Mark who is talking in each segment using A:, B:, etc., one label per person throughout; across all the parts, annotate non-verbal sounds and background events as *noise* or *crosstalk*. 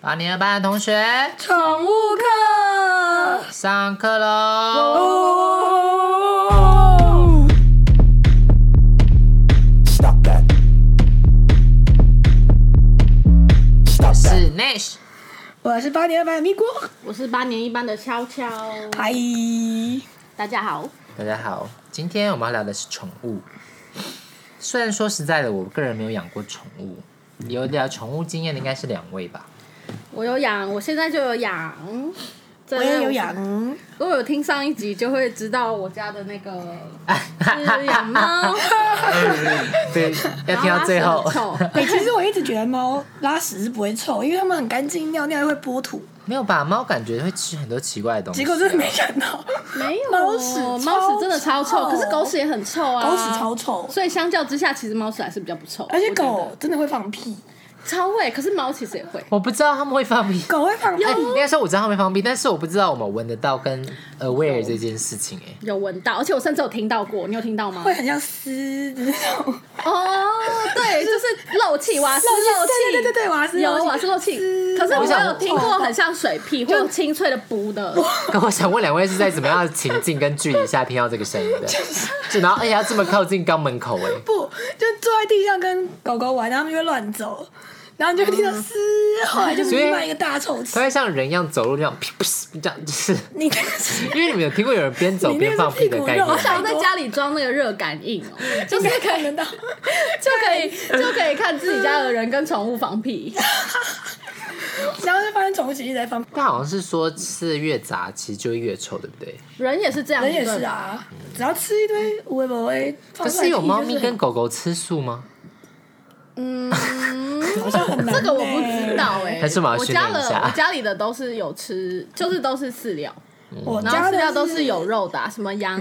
A: 八年二班的同学
B: 宠物课。
A: 上课喽！
B: 哦，
C: Stop that. Stop
A: 我
C: that.
A: 是 Nash，
B: 我是八年二班的咪咕。
D: 我是八年一班的悄悄，
B: 嗨，
D: 大家好。
A: 大家好。今天我们要聊的是宠物。虽然说实在的，我个人没有养过宠物，有聊宠物经验的应该是两位吧。
D: 我有养，我现在就有养。
B: 我
D: 我
B: 也有。养，
D: 如果有听上一集，就会知道我家的那个
B: *laughs*
D: 是养猫，
A: *laughs* 对，要听
D: 然
A: 到
D: 后
A: 最后
D: 它是很臭
B: 哎、其实我一直觉得猫拉屎是不会臭，因为它们很干净，尿尿又会波吐。
A: 没有吧？猫感觉会吃很多奇怪的东西啊
B: 结。果真的没想到，
D: 没有
B: 猫屎超
D: 猫屎真的超
B: 臭
D: 臭，可是狗屎也很臭啊，
B: 狗屎超臭，哎
D: 所以相较之下，其实猫屎还是比较不臭。
B: 而且
D: 我觉得
B: 狗真的会放屁，
D: 超会，可是猫其实也会。
A: 我不知道他们会放屁。
B: 狗会放屁
A: 哎，，应该说我知道他们会放屁，但是我不知道我们闻得到跟 aware 这件事情、哎，
D: 有闻到，而且我甚至有听到过，你有听到吗
B: 会？很像丝的那种。
D: *laughs* 哦，对，就是漏气瓦斯漏气，
B: 对对对对瓦斯
D: 有
B: 漏气
D: 瓦斯漏气。
B: 嘶
D: 可是
A: 我
D: 我
A: 想
D: 有听过很像水屁，会有清脆的噗的，
A: *laughs* 那我想问两位是在怎么样的情境跟距离下听到这个声音的？就然后而且要这么靠近肛门口、哎。
B: 不，就坐在地上跟狗狗玩，然后它们就会乱走，然后你就会听到嘶，后来
A: 嗯
B: 就
A: 所以
B: 弥漫一个大臭气
A: 它。会像人一样走路这样，噗噗这样，就是
B: 你那个是
A: 因为你们有听过有人边走边放屁的概念
B: 你那
A: 吗
B: 个是屁股肉？
D: *laughs* 想要在家里装那个热感应 *laughs* 哦，
B: 就是看得到，
D: 就可以 *laughs* 就可以看自己家的人跟宠物放屁。
B: 然后就发现宠物其实一直在放屁，
A: 但好像是说吃越杂，其实就越臭，对不对？
D: 人也是这样，
B: 人也是
D: 对吧。
B: 啊，只要吃一堆无微不微，
A: 哦可
B: 可
A: 是有猫咪跟狗狗吃素吗？
D: *laughs* 嗯，
B: 好像很难
D: 这个我不
B: 欸
D: 知，道哎，
A: 还是我们要
D: 我
A: 训练
D: 家
A: 一
D: 的
A: 下
D: 我家里的都是有吃，就是都是饲料。
B: 我
D: 然后
B: 家
D: 饲料
B: 的
D: 都是有，肉的啊、什么羊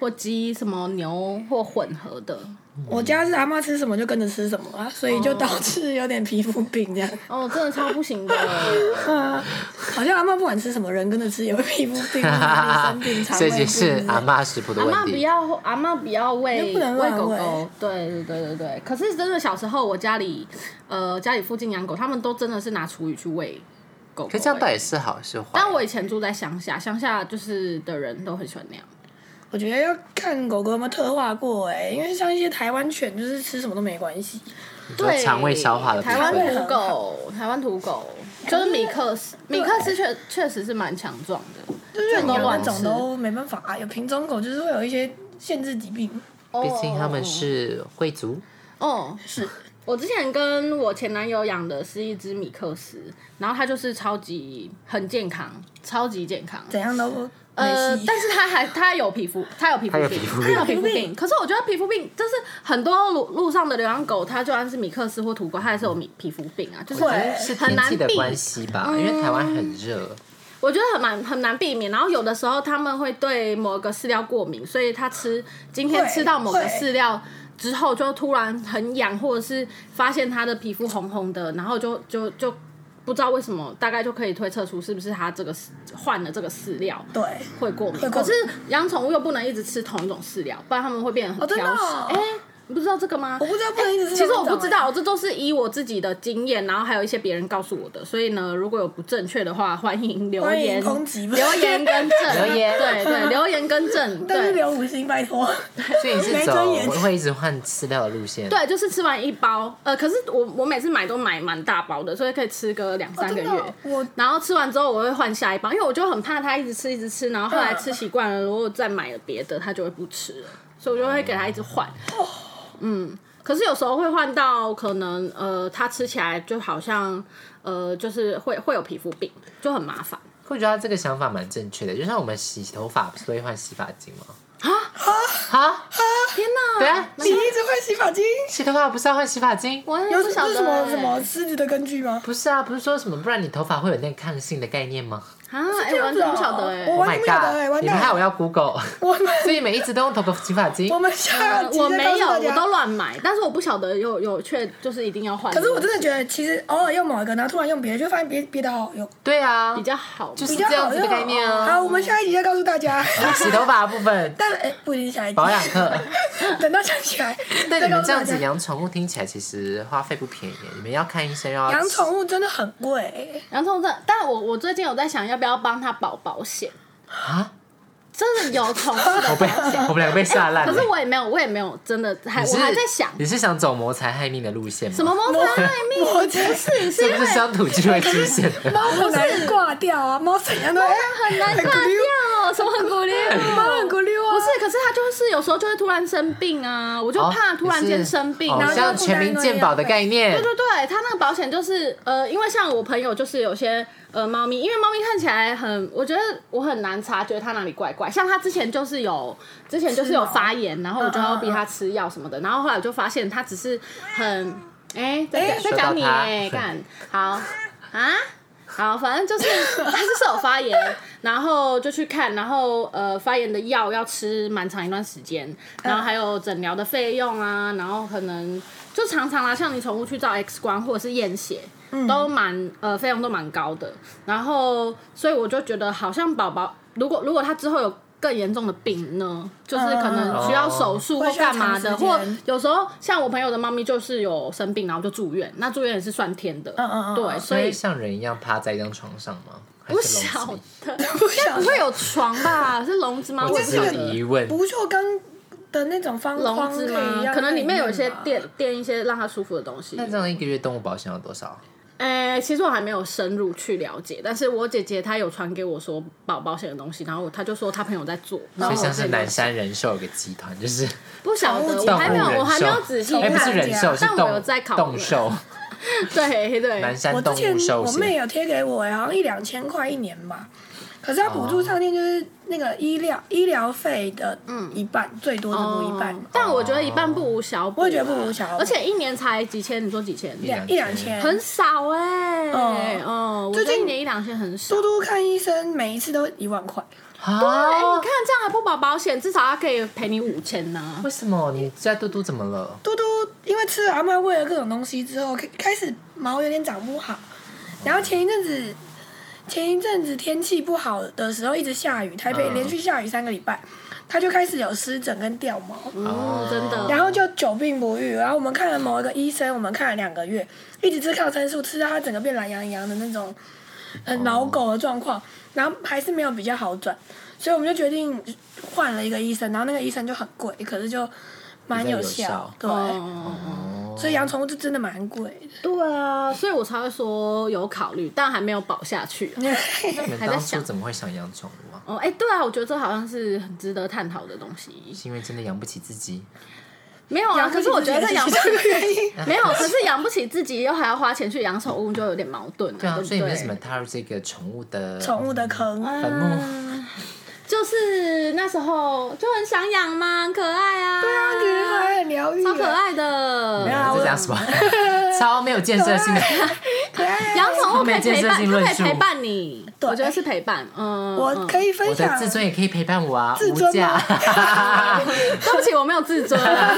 D: 或鸡、什么牛或混合的。
B: 我家是阿妈吃什么就跟着吃什么啊，所以就导致有点皮肤病
A: *laughs*
B: 这样。
D: 哦，真的超不行 *laughs* 的。
B: 啊，好像阿妈不管吃什么，人跟着吃也会皮肤病、嗯啊
A: *laughs*
B: 生病、肠
A: 所
B: 胃
A: 以
B: 病
A: 其
B: 之类
A: 实
B: 的。
A: 是阿妈食谱的
D: 阿妈
A: 问
D: 不
A: 题。
D: 要，阿妈不要
B: 你
D: 喂
B: 不能
D: 喂
B: 乱
D: 狗
B: 喂
D: 狗。对对对对对。可是真的小时候，我家里呃家里附近养狗，他们都真的是拿厨余去喂狗狗、
A: 可这样到
D: 欸
A: 底是好是坏？
D: 但我以前住在乡下，乡下就是的人都很喜欢那样。
B: 我觉得要看狗狗有没有特化过哎、因为像一些台湾犬就是吃什么都没关系，
A: 说
D: 对，
A: 肠胃消化的部
D: 台湾
A: 分
D: 土狗，台湾土狗就是米克斯，米克斯确确实是蛮强壮的，
B: 就是
D: 不
B: 你
D: 能
B: 那
D: 乱
B: 种
D: 吃。
B: 都没办法、啊，有品种狗就是会有一些限制疾病，
A: 毕竟他们是贵族，
D: 哦，是我之前跟我前男友养的是一只米克斯，然后它就是超级很健康，超级健康。
B: 怎样都没戏。
D: 呃，但是它还它有
A: *laughs*
D: 皮肤，它有皮肤
A: 它有
D: 病
A: 皮肤，
D: 它有
B: 病
D: 皮肤病。可是我觉得皮肤病就是很多路路上的流浪狗，它就算是米克斯或土狗，它还是有米皮肤病啊，就是
B: 会
A: 是
D: 很
A: 天
D: 难
A: 气的
D: 避
A: 关系吧？因为台湾很热，
D: 我觉得很难很难避免。然后有的时候他们会对某个饲料过敏，所以他吃今天
B: 会
D: 吃到某个
B: 会
D: 饲料之后，就突然很痒，或者是发现他的皮肤红红的，然后就就就不知道为什么，大概就可以推测出是不是他这个饲换了这个饲料。
B: 对，
D: 会过敏，
B: 会过
D: 可
B: 敏
D: 是养宠物又不能一直吃同一种饲料，不然他们会变得
B: 哦
D: 很
B: 真的
D: 挑食。
B: 哦
D: 哎、你不知道这个吗？
B: 我不知道不能一直吃、
D: 其实我不知，道，这都是以我自己的经验，然后还有一些别人告诉我的。所以呢，如果有不正确的话，欢迎留
B: 欢迎
D: 言、
B: 攻击吧
D: 留言更正、
A: 留言
D: 对对，留言更正，
B: 但是
D: 对
B: 留五星拜托。
A: 所以你是
B: 没
A: 走
B: 尊严
A: 会一直换饲料的路线。
D: 对，就是吃完一包，呃，可是我我每次买都买蛮大包的，所以可以吃个两三个月。
B: 真的哦我
D: 然后吃完之后我会换下一包，因为我就很怕它一直吃一直吃，然后后来吃习惯了，如果再买了别的，它就会不吃了，所以我就会给它一直换。
B: 哦
D: 嗯，可是有时候会换到可能呃，它吃起来就好像呃，就是会会有皮肤病，就很麻烦。
A: 我觉得他这个想法蛮正确的，就像我们洗头发不是会换洗发精吗？啊啊！
D: 天哪！
A: 对啊，
B: *laughs* 你一直换洗发精，
A: 洗头发不是要换洗发精？
D: 我也
B: 有
D: 不
B: 是
D: 晓得
B: 什么
D: 欸
B: 什么狮子的根据吗？ *laughs*
A: 不是啊，不是说什么不然你头发会有那个抗性的概念吗
D: 啊？哎、完全不晓得哎、
B: 我
A: ？Oh
B: 完
A: my
B: 全不晓得哎，
A: god！
B: 完
A: 你们害我
B: 蛋！
A: 要 Google，
B: 我们
A: 所以你们一直都用头发洗发精
B: 我。们 *laughs* 下集
D: 呃我
B: 再
D: 没
B: 告诉
D: 有，
B: 大
D: 我
B: 家
D: 都乱买，但是我不晓得有有确就是一定要换。
B: 可是我真的觉得，其实偶尔用某一个，然后突然用别的，就发现别别的好用，
A: 对啊，
D: 比较好，
A: 就是
B: 比
A: 这
B: 较
A: 样
B: 好
A: 子
B: 用。
A: 的概念啊。
D: 嗯
B: 好，我们下一集再告诉大家。
A: 洗头发的部分，
B: 但哎，不一定下一季
A: 保养课。
B: 等到想起来，
A: 但
B: 再
A: 你
B: 告
A: 们
B: 诉
A: 这样
B: 大家
A: 子。养宠物听起来其实花费不便宜，你们要看医生又要
B: 养宠物真的很贵，
D: 洋葱这，但我我最近有在想要不要帮他保保险，
A: 啊？
D: 真的有同事的
A: 我被
D: 保险。哎
A: 我们两个被吓烂了。
D: 可是我也没有，我也没有真的还
A: 你是
D: 我还在想
A: 你是想走谋财害命的路线吗？
D: 什么？谋财害命，
B: 我
D: 不是是
A: 这
D: 因
A: 不是
D: 为
A: 乡土聚会出现的？
B: 猫很难挂掉啊，猫怎样都
D: 很难挂掉，什么
A: *laughs*
D: 很孤立，
B: 猫很孤溜啊，
D: 不是，可是他就是有时候就会突然生病啊， *laughs* 我就
A: 哦
D: 怕突然间生病，
A: 你是
D: 然
A: 哦
D: 后
A: 像
D: 就。
A: 全民健保的概念
D: 对，对对，他那个保险就是呃，因为像我朋友就是有些呃猫咪，因为猫咪看起来很，我觉得我很难察觉它哪里怪怪。像它之前就是有，之前就是有发炎，然后我就要逼它吃药什么的，然后后来我就发现它只是很，哎，在讲
A: 说
D: 在
A: 到
D: 讲你
A: 它
D: 哎，干好啊。 *laughs* 好，反正就是它就是有发炎，然后就去看，然后呃发炎的药要吃蛮长一段时间，然后还有诊疗的费用啊，然后可能就常常啊，像你宠物去照 X 光或者是验血，都蛮呃费用都蛮高的，然后所以我就觉得好像宝宝如果如果他之后有。更严重的病呢，就是可能需要手术
B: 嗯
D: 或干嘛的，
B: 会需要
D: 或
B: 长时间
D: 有时候像我朋友的猫咪就是有生病，然后就住院，那住院也是算天的，
B: 嗯嗯嗯
D: 对，
B: 嗯
D: 所
A: 它会
D: 以
A: 像人一样趴在一张床上吗？还
D: 不
A: 是笼
D: 晓
A: 子里
D: 得，
B: 不想
D: *laughs* 不会有床吧？是笼子吗？我
A: 我
D: 也不
A: 只
D: 晓
A: 是
D: 得。
A: 疑问，
B: 不锈钢的那种方
D: 笼子吗？可能里面有一些
B: 电。
D: 垫垫一些让它舒服的东西。
A: 那这样一个月动物保险要多少？
D: 哎、其实我还没有深入去了解，但是我姐姐她有传给我说保保险的东西，然后她就说她朋友在做，
A: 所
D: 然后
A: 以
D: 哦我
A: 像是
D: 自己
A: 南山人寿有个集团，就是
D: 不晓得，
B: 宠物
D: 我还没有
A: 动物人
D: 我还没有
A: 寿
D: 仔细
B: 宠物
A: 哎，
D: 看，
A: 不是人寿，是
D: 但我有
A: 动
D: 在考
A: 动
D: 虑。 *laughs*
A: 寿，
D: 对对，
A: 南
B: 我
A: 山动
B: 之前
A: 物寿
B: 我妹
A: 险。
B: 有贴给我、欸，好像一两千块一年吧。可是它补助上限就是那个医疗医疗费的一半，最多是补一半
D: 哦，但我觉得一半不无小补啊，
B: 我也觉得不无小补
D: 而且一年才几千，你说几千？
B: 两一
A: 一
B: 两
A: 两
B: 千
A: 千。
D: 很少哎、
B: 嗯
D: 哦，我
B: 最
D: 觉得
B: 近
D: 一年一两千很少
B: 嘟。嘟看医生每一次都一万块，
D: 哎、你
A: 啊？
D: 看这样还不保保险，至少他可以赔你五千呢。
A: 为什么你家嘟嘟怎么了？
B: 嘟嘟因为吃了阿妈喂了各种东西之后，开开始毛有点长不好，然后前一阵子。前一阵子天气不好的时候，一直下雨，台北
A: 嗯
B: 连续下雨三个礼拜，它就开始有湿疹跟掉毛。
D: 哦，真的。
B: 然后就久病不愈，然后我们看了某一个医生，我们看了两个月，一直吃抗生素，吃到他整个变懒洋洋的那种，呃，
A: 哦
B: 老狗的状况，然后还是没有比较好转，所以我们就决定换了一个医生，然后那个医生就很贵，可是就蛮
A: 比较有
B: 效
A: 效，
B: 对，
D: 哦，
B: 所以养宠物就真的蛮贵的。
D: *laughs* 对啊，所以我才会说有考虑，但还没有保下去。
A: 你们
D: 还在
A: 当初
D: 想
A: 怎么会想养宠物啊？
D: 哦，哎、对啊，我觉得这好像是很值得探讨的东西。
A: 是因为真的养不起自己？
D: 没有啊，可是我觉得这养不
B: 这个原因， *laughs*
D: 没有，可是养不起自己，又还要花钱去养宠物，就有点矛盾了，
A: 对啊，
D: 不
A: 所以
D: 对？
A: 你为什么踏入这个宠物的
B: 宠物啊的
D: 嗯
B: 坑，
A: 坟墓？
D: 就是那时候就很想养嘛，很可爱啊，对啊
B: 对，还很疗愈，
D: 超可，爱的。
A: 没
B: 啊
A: 有，
B: 我
A: 这讲什么？ *laughs* 超没有建设性的。
B: 可爱。
D: 养宠物可以
A: 没
D: 陪
A: 建设
D: 伴，
A: 性
D: 它
A: 论
D: 可以
A: 述
D: 陪伴你，
B: 对
D: 我觉得是陪伴。嗯，
B: 我
D: 嗯
B: 可以啊分
A: 我的
B: 享
A: 自尊也可以陪伴我啊，
B: 自
A: 无
B: 尊吗
A: 价。
D: *laughs* 对不起，我没有自尊，啊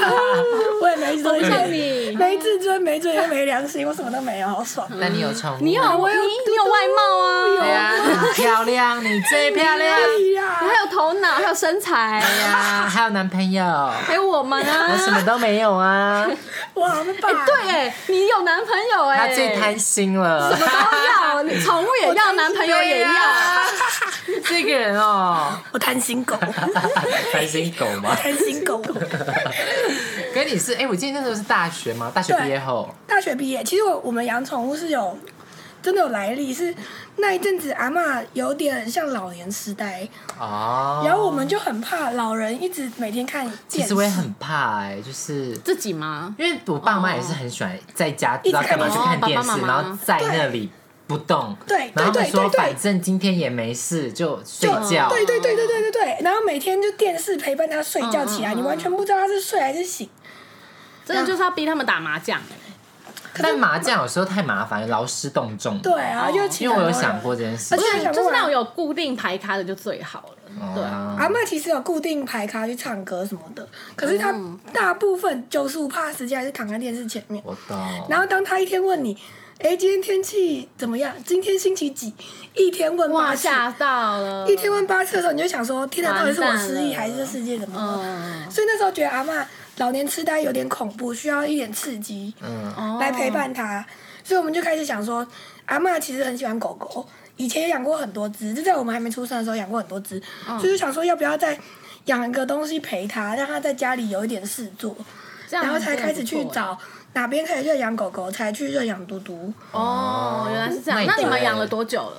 B: 我也没自
D: 我不像
B: 尊，
D: 你。
B: 没自尊，没尊严，没良心，我什么都没有，好爽。
A: *laughs* 那你有宠物？
D: *laughs* 你有
B: 我
D: 你
B: 有
D: 你有外貌啊，
A: 对啊，很漂亮，你最漂
B: *laughs*
A: 亮
B: 对哎呀
D: 你还有头脑，还有身材，
A: 对呀，还有男朋友，我
D: 还有我们啊。
A: 什么都没有啊。
B: 哇，好棒！
D: 对，哎，你有男朋友
A: 他
D: 哎，
A: 最贪心了，
D: 什么都要，你宠物也要，男朋友也要。
A: *laughs* 这个人
B: *laughs*
A: 哦，
B: 我贪心狗，
A: 贪心狗吗？
B: 贪心狗。
A: 可是你是哎，我记得那时候是大学嘛，大学毕业后，
B: 大学毕业，其实我我们养宠物是有真的有来历，是那一阵子阿嬷有点像老年痴呆，
A: 哦，
B: 然后我们就很怕老人一直每天看
A: 其
B: 电
A: 实
B: 视
A: 我也很怕哎，就是。
D: 自己吗？
A: 因为我爸妈也是很喜欢在家不
B: 哦
A: 知
B: 一直
A: 道干
B: 看
A: 嘛
B: 电
A: 去
B: 视
A: 看电视，
D: 哦爸爸妈妈
A: 然后在那里不动。
B: 对对
A: 然后他们
B: 对
A: 说
B: 对对
A: 反正今天也没事，就睡觉。
B: 嗯对对对对对对对，然后每天就电视陪伴他睡觉起来，
D: 嗯嗯嗯
B: 你完全不知道他是睡还是醒。
D: 真的就是要逼他们打麻将，哎
A: 但麻将有时候太麻烦，劳师动众。
B: 对，啊，就起
A: 因
B: 来
A: 为我有
B: 然后
A: 想过这件事
B: 而
A: 情。
B: 且
D: 就是那种有固定排咖的就最好
A: 哦
D: 了。对啊，
B: 阿嬷其实有固定排咖去唱歌什么的，可是她
D: 哦
B: 大部分九十五趴时间还是躺在电视前面。
A: 我懂。
B: 然后当她一天问你哎，今天天气怎么样？今天星期几？一天问
D: 哇，
B: 八次，
D: 吓到了！
B: 一天问八次的时候，你就想说，天哪，到底是我
D: 完蛋
B: 失忆
D: 了
B: 还是这世界怎么了？
D: 嗯，
B: 所以那时候觉得阿嬷老年痴呆有点恐怖，需要一点刺激
A: 嗯，
D: 哦
B: 来陪。伴她，所以我们就开始想说，阿嬷其实很喜欢狗狗，以前也养过很多只，就在我们还没出生的时候养过很多只，
D: 嗯
B: 所以就想说要不要再养一个东西陪她，让她在家里有一点事做，
D: 这样
B: 然后才
D: 真的
B: 开始
D: 不
B: 去
D: 错欸
B: 找哪边可以认养狗狗，才去认养嘟嘟。
D: 哦，原来是这样。
A: 那
D: 那
A: 你
D: 你们
A: 对
D: 养了多久了？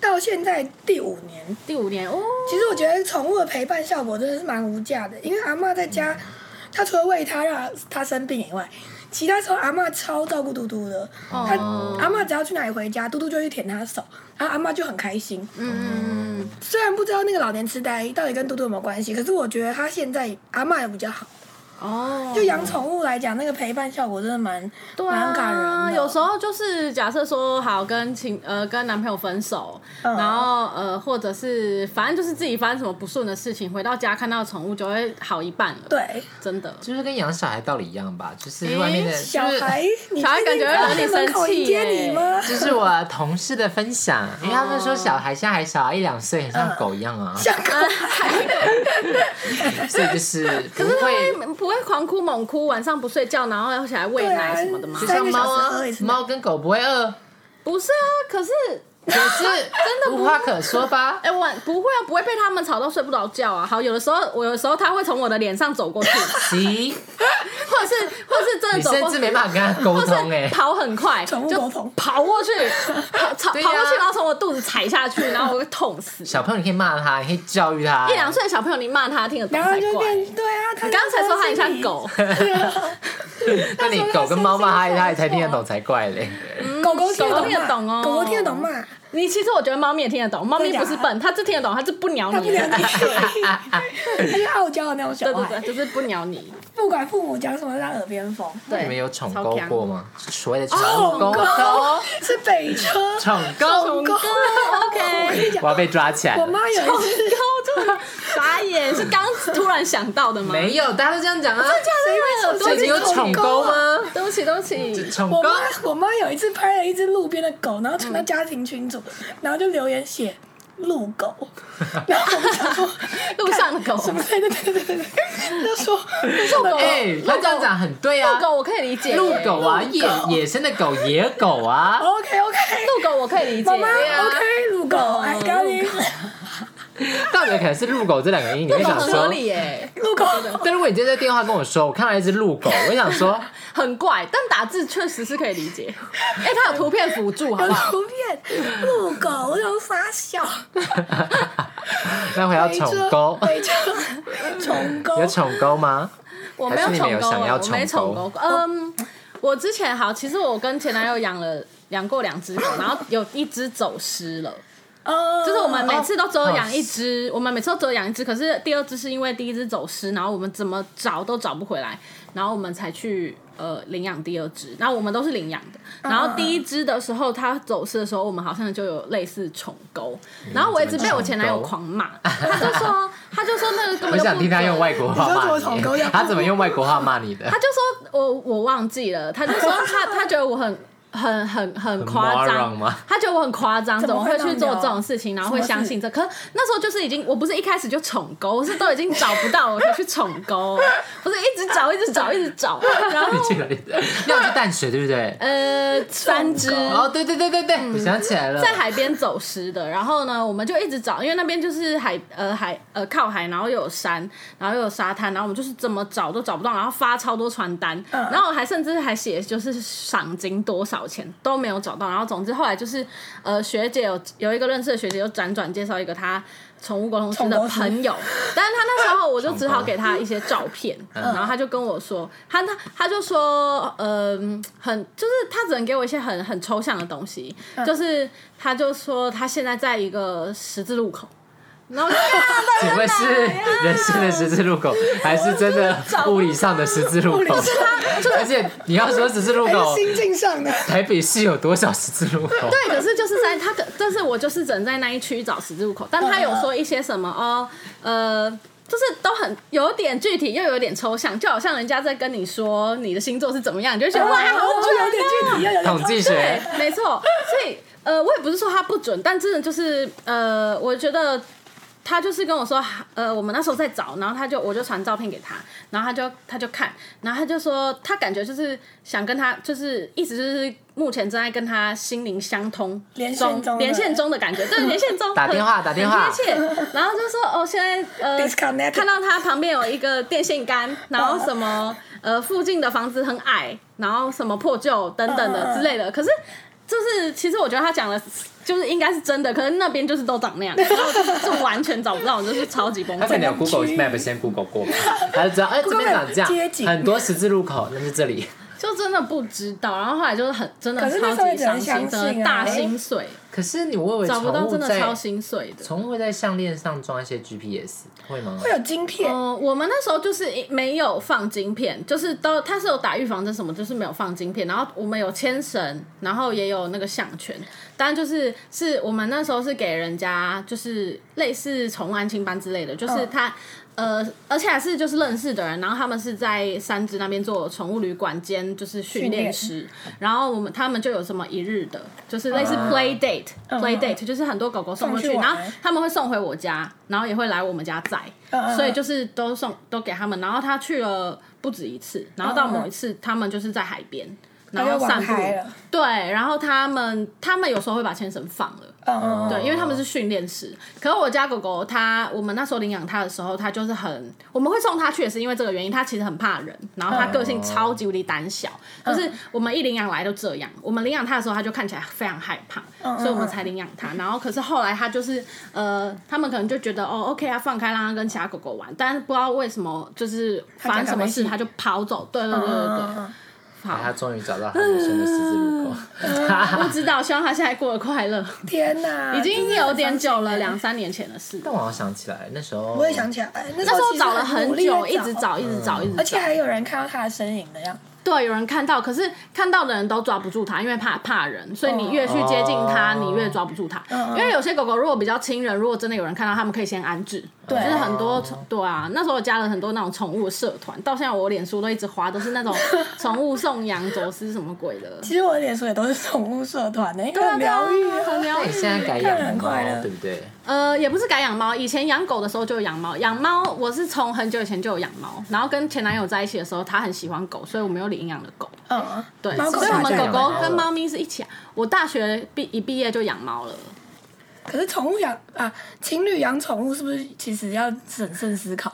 B: 到现在第五年，
D: 第五年哦，
B: 其实我觉得宠物的陪伴效果真的是蛮无价的，因为阿嬷在
D: 嗯
B: 家，她除了喂它让它生病以外，其他时候阿嬷超照顾嘟嘟的。她
D: 哦
B: 阿嬷只要去哪里回家，嘟嘟就去舔她手，然后阿嬷就很开心。
D: 嗯，
B: 虽然不知道那个老年痴呆到底跟嘟嘟有没有关系，可是我觉得她现在阿嬷也比较好。
D: 哦，
B: 就养宠物来讲，那个陪伴效果真的蛮
D: 对
B: 蛮感人
D: 啊，
B: 的。
D: 有时候就是假设说好跟情呃跟男朋友分手，
B: 嗯
D: 然后呃或者是反正就是自己发生什么不顺的事情，回到家看到宠物就会好一半了。，
B: 对
D: 真的。
A: 就是跟养小孩道理一样吧，就是外面的，
B: 小孩，你
D: 小孩
B: 确定
D: 感觉会惹
B: 他在
D: 你
B: 门
D: 生
B: 口
D: 气
B: 迎接你
D: 耶
A: *laughs*
B: 吗？
A: 就是我同事的分享，
B: 哦
A: 因为他们说小孩现在还小啊，一两岁，很
B: 嗯
A: 像狗一样啊，
B: 像狗
D: *laughs*
A: 所以
B: *laughs*
A: 就是不
D: 可是他
A: 会。
D: 会不会狂哭猛哭，晚上不睡觉，然后要起来喂
B: 对啊
D: 奶什么的吗？
A: 就
B: 三
A: 像
B: 个小
A: 猫
B: 时
A: 啊
B: 饿一，次
A: 猫跟狗不会饿，
D: 不是啊，可是
A: 可是真的无话可说吧？
D: 哎、我不会啊，不会被他们吵到睡不着觉啊。好，有的时候我有的时候他会从我的脸上走过去， *laughs*
A: 行，
D: 或者是或者是真的
A: 你
D: 走过去，
A: 甚至没办法跟他沟
D: 或
A: 通
D: 是
A: 哎，
D: 跑很快，
B: 宠物
D: 就
B: 狗桶
D: 跑过
A: *laughs*
D: 去，跑跑跑
A: 对
D: 过
A: 啊
D: 去，然后从我肚子踩下去，然后我会痛
A: *laughs*
D: 死。
A: 小朋友你可以骂他，你可以教育他，
D: 一两岁的小朋友，你骂他听得懂
B: 然后
D: 才
B: 就
D: 怪。
B: 变对啊，他
D: 你刚才说他很像狗，
A: 那你狗跟猫骂他，他也才听得懂才怪嘞。
B: 狗狗听
D: 狗
B: 得
D: 嗯听得
B: 懂
D: 懂
B: 吗？
D: 哦
B: 狗狗听得懂嘛？
D: 你其实我觉得猫咪也听得懂，猫咪不是笨，它是听得懂，它是不鸟
B: 它
D: 你
B: 不了
D: 的。
B: 解，它就傲娇的那种
D: *laughs* 对
B: 小
D: 对
B: 孩
D: 对，，就是不鸟你。
B: 不管父母讲什么，他耳边风。
A: 那
D: 对，
A: 你们有宠
D: 超
A: 沟
D: 强
A: 过吗？所谓的宠
B: 哦
A: 沟，
B: 狗是北车，
A: 宠沟，
D: 狗
B: 狗。
D: OK
B: 我跟你讲
A: 我，要被抓起来
B: 我
A: 了。
B: 妈有一次，
D: 高中傻眼，是刚突然想到的吗？
A: 没有，大家都这样讲啊。
B: 谁会
A: 所以你有宠沟
B: 啊？
A: 吗？
D: 对不起，对不起，
A: 宠
B: 我
A: 沟
B: 妈，我妈有一次拍了一只路边的狗，然后传到家庭群组，然后就留言写“路狗”，然后我们想说
D: 路上的狗
B: 什么？对对对对对对，就说路
D: 路狗，
A: 哎，他这样讲很对啊
D: 路。狗我可以理解，
A: 路狗啊，野野生的狗，野狗啊，
B: OK OK，
D: 路狗我可以理解
B: 妈，妈
A: 啊
B: OK，路哎狗，I got it，
A: 到底可能是“路狗”这两个音，你会
D: 路狗
A: 想
D: 很合
A: 说。
D: 理耶，
B: 路狗。
A: 但如果你接在电话跟我说，我看到一只路狗，我就想说，
D: 很怪，但打字确实是可以理解。 *laughs* 哎，它有图片辅助，好
B: 有
D: 不好？
B: 图片，路狗，我想傻笑。
A: *laughs* 那回到宠沟，
B: 北车， *laughs* 北车宠沟
A: 有。宠沟吗？
D: 我没有
A: 还是你
D: 宠
A: 们有
D: 狗
A: 想要
D: 我没
A: 宠哦
D: 宠
A: 狗
D: 狗过。嗯，我之前好，其实我跟前男友养了养过两只狗，然后有一只走失了。
B: 哦，
D: 就是我们每次都只有
A: 哦
D: 养一只，我们每次都只有养一只，可是第二只是因为第一只走失，然后我们怎么找都找不回来，然后我们才去呃领养第二只，然后我们都是领养的，然后第一只的时候它走失的时候，我们好像就有类似宠沟，然后我一直被我前男友狂骂，他就说他就说那个根
A: 我
D: 本就
A: 想
D: 不
A: 听他
D: 准
A: 用外国话
B: 你说
A: 骂
B: 怎么宠沟
A: 你
B: 这，样
A: 他怎么用外国话骂你的
B: *laughs*
D: 他？就说我我忘记了，他就说他他觉得我很。 *laughs* 很很很夸
A: 很 moron
D: 张
A: 吗，
D: 他觉得我很夸张，
B: 怎
D: 怎
B: 么
D: 么
B: 会
D: 会
B: 这样
D: 去做
B: 聊
D: 这种事情，然后
B: 什么
D: 会
B: 事
D: 相信这？可是那时候就是已经，我不是一开始就宠沟，我是都已经找不到，我才去宠沟， *laughs* 不是一直找，一直找，一直找，然
A: *laughs*
D: 后
A: 你去哪里？要去淡水对不对？
D: 呃三只
B: 嗯
A: 哦，对对对对对，我想起来了，
D: 在海边走失的，然后呢，我们就一直找，因为那边就是海呃海呃靠海，然后又有山，然后又有沙滩，然后我们就是怎么找都找不到，然后发超多传单，然后我还甚至还写就是赏金多少钱都没有找到，然后总之后来就是呃学姐有有一个认识的学姐就辗转介绍一个她。宠物沟通师的朋友，但是她那时候我就只好给她一些照片，嗯然后她就跟我说，她她她就说，嗯、很就是她只能给我一些很很抽象的东西，就是她就说她现在在一个十字路口，然后我就 *laughs*
A: 请问是人生的十字路
B: *laughs*
A: 口，还是真的物理上的十字路口？ *laughs* 而且你要说十字路
B: 哦还
A: 口
B: *laughs* 是，心境上的，
A: 台北市有多少十字路口？
D: 对，可是就是在他，可但是我就是只能在那一区找十字路口，但他有说一些什么哦，呃。就是都很有点具体，又有点抽象，就好像人家在跟你说你的星座是怎么样，你就觉得哇，啊好
B: 我就有点
D: 准啊
B: 具体，又有点
A: 统计学
D: 对，没错。所以呃，我也不是说它不准，但真的就是呃，我觉得他就是跟我说，呃，我们那时候在找，然后他就我就传照片给他，然后他就他就看，然后他就说他感觉就是想跟他，就是意思就是目前正在跟他心灵相通，
B: 连线中的
D: 连线中的感觉，对，连线中
A: 打电话
D: 很
A: 打电话
D: 很贴切，然后就说哦，现在呃
B: Disconnected
D: 看到他旁边有一个电线杆，然后什么呃附近的房子很矮，然后什么破旧等等
B: 嗯嗯嗯
D: 的之类的，可是。就是，其实我觉得他讲的，就是应该是真的，可是那边就是都长那样，
B: *laughs*
D: 然后就是完全找不到，我就是超级崩
A: 他可
D: 溃。
A: 能有
B: 整个
A: Google
B: 区
A: Map 先 Google
B: *laughs*
A: 过吧，他就知道哎这
B: Google
A: 边
B: Map
A: 长这
B: 街景
A: 样，很多十字路口，那就这里。
D: 就真的不知道，然后后来就是很真的
B: 可是那时候
D: 超
B: 也只
D: 级
B: 能
D: 伤心，
B: 相信
D: 真
B: 啊
D: 的大心碎，
A: 可是你我以为
D: 找不
A: 宠
D: 到
A: 物
D: 真的
A: 在
D: 超心碎的。
A: 宠物会在项链上装一些 GPS 会吗？
B: 会有啊晶片，
D: 嗯、我们那时候就是没有放晶片，就是都它是有打预防针什么，就是没有放晶片。然后我们有牵绳，然后也有那个项圈，当然就是是我们那时候是给人家就是类似宠物安亲班之类的，就是
B: 嗯
D: 他、呃，而且还是就是认识的人，然后他们是在三芝那边做宠物旅馆兼就是训练师，然后我们他们就有什么一日的，就是类似 play date、play date，就是很多狗狗送过
B: 嗯
D: 去，
B: 送去玩
D: 然后他们会送回我家，然后也会来我们家载，
B: 嗯嗯
D: 所以就是都送都给他们。然后他去了不止一次，然后到某一次、他们就是在海边，然
B: 就
D: 后
B: 哦玩
D: 散步
B: 嗨了，
D: 对，然后他们他们有时候会把牵绳放了。
B: 嗯嗯，
D: 对，因为他们是训练师。可是我家狗狗它，我们那时候领养它的时候，它就是很，我们会送它去也是因为这个原因，它其实很怕人，然后它个性超级无敌胆小，就是我们一领养来都这样。我们领养它的时候，它就看起来非常害怕，所以我们才领养它。然后可是后来它就是呃，他们可能就觉得哦，OK 啊，放开让它跟其他狗狗玩，但是不知道为什么就是发生什么事
B: 它
D: 它就跑走。对对
B: 嗯
D: 对对对，好，
A: 他终于找到他人生的十字路口。
B: 嗯
D: 不知道，希望它现在过得快乐。
B: 天哪，
D: 已经有点久了，
B: 真的很伤心
D: 两三年前的事。
A: 但我好像想起来那时候，
B: 我也想起来，哎那时
D: 那时
B: 候
D: 候
B: 其实
D: 找了
B: 努
D: 很
B: 力
D: 久，
B: 在
D: 一直，找，一直找，一直找。
B: 而且还有人看到他的身影的样子，
D: 对，有人看到，可是看到的人都抓不住它，因为怕怕人，所以你越去接近它，
A: 哦
D: 你越抓不住它。因为有些狗狗如果比较亲人，如果真的有人看到，他们可以先安置。
B: 对
D: 就是很多宠对啊，那时候我加了很多那种宠物社团，到现在我脸书都一直滑，都是那种宠物送养走私什么鬼的。
B: 其实我的脸书也都是宠物社团的，因为
D: 对啊
B: 很疗愈
D: 对啊
B: 啊
D: 很。疗
A: 那
D: 愈
A: 你。现在改
B: 看得
A: 养
B: 很
A: 猫
B: 快乐，
A: 对不对？
D: 呃，也不是改养猫，以前养狗的时候就有养猫。养猫我是从很久以前就有养猫，然后跟前男友在一起的时候，他很喜欢狗，所以我们有领养了狗。
B: 嗯，
D: 对，
B: 猫狗
D: 所以我
B: 大家
D: 们
A: 也
D: 狗
A: 养
D: 狗
A: 猫了
D: 跟猫咪是一起、啊。我大学毕一毕业就养猫了，
B: 可是宠物养啊，情侣养宠物是不是其实要审慎思考？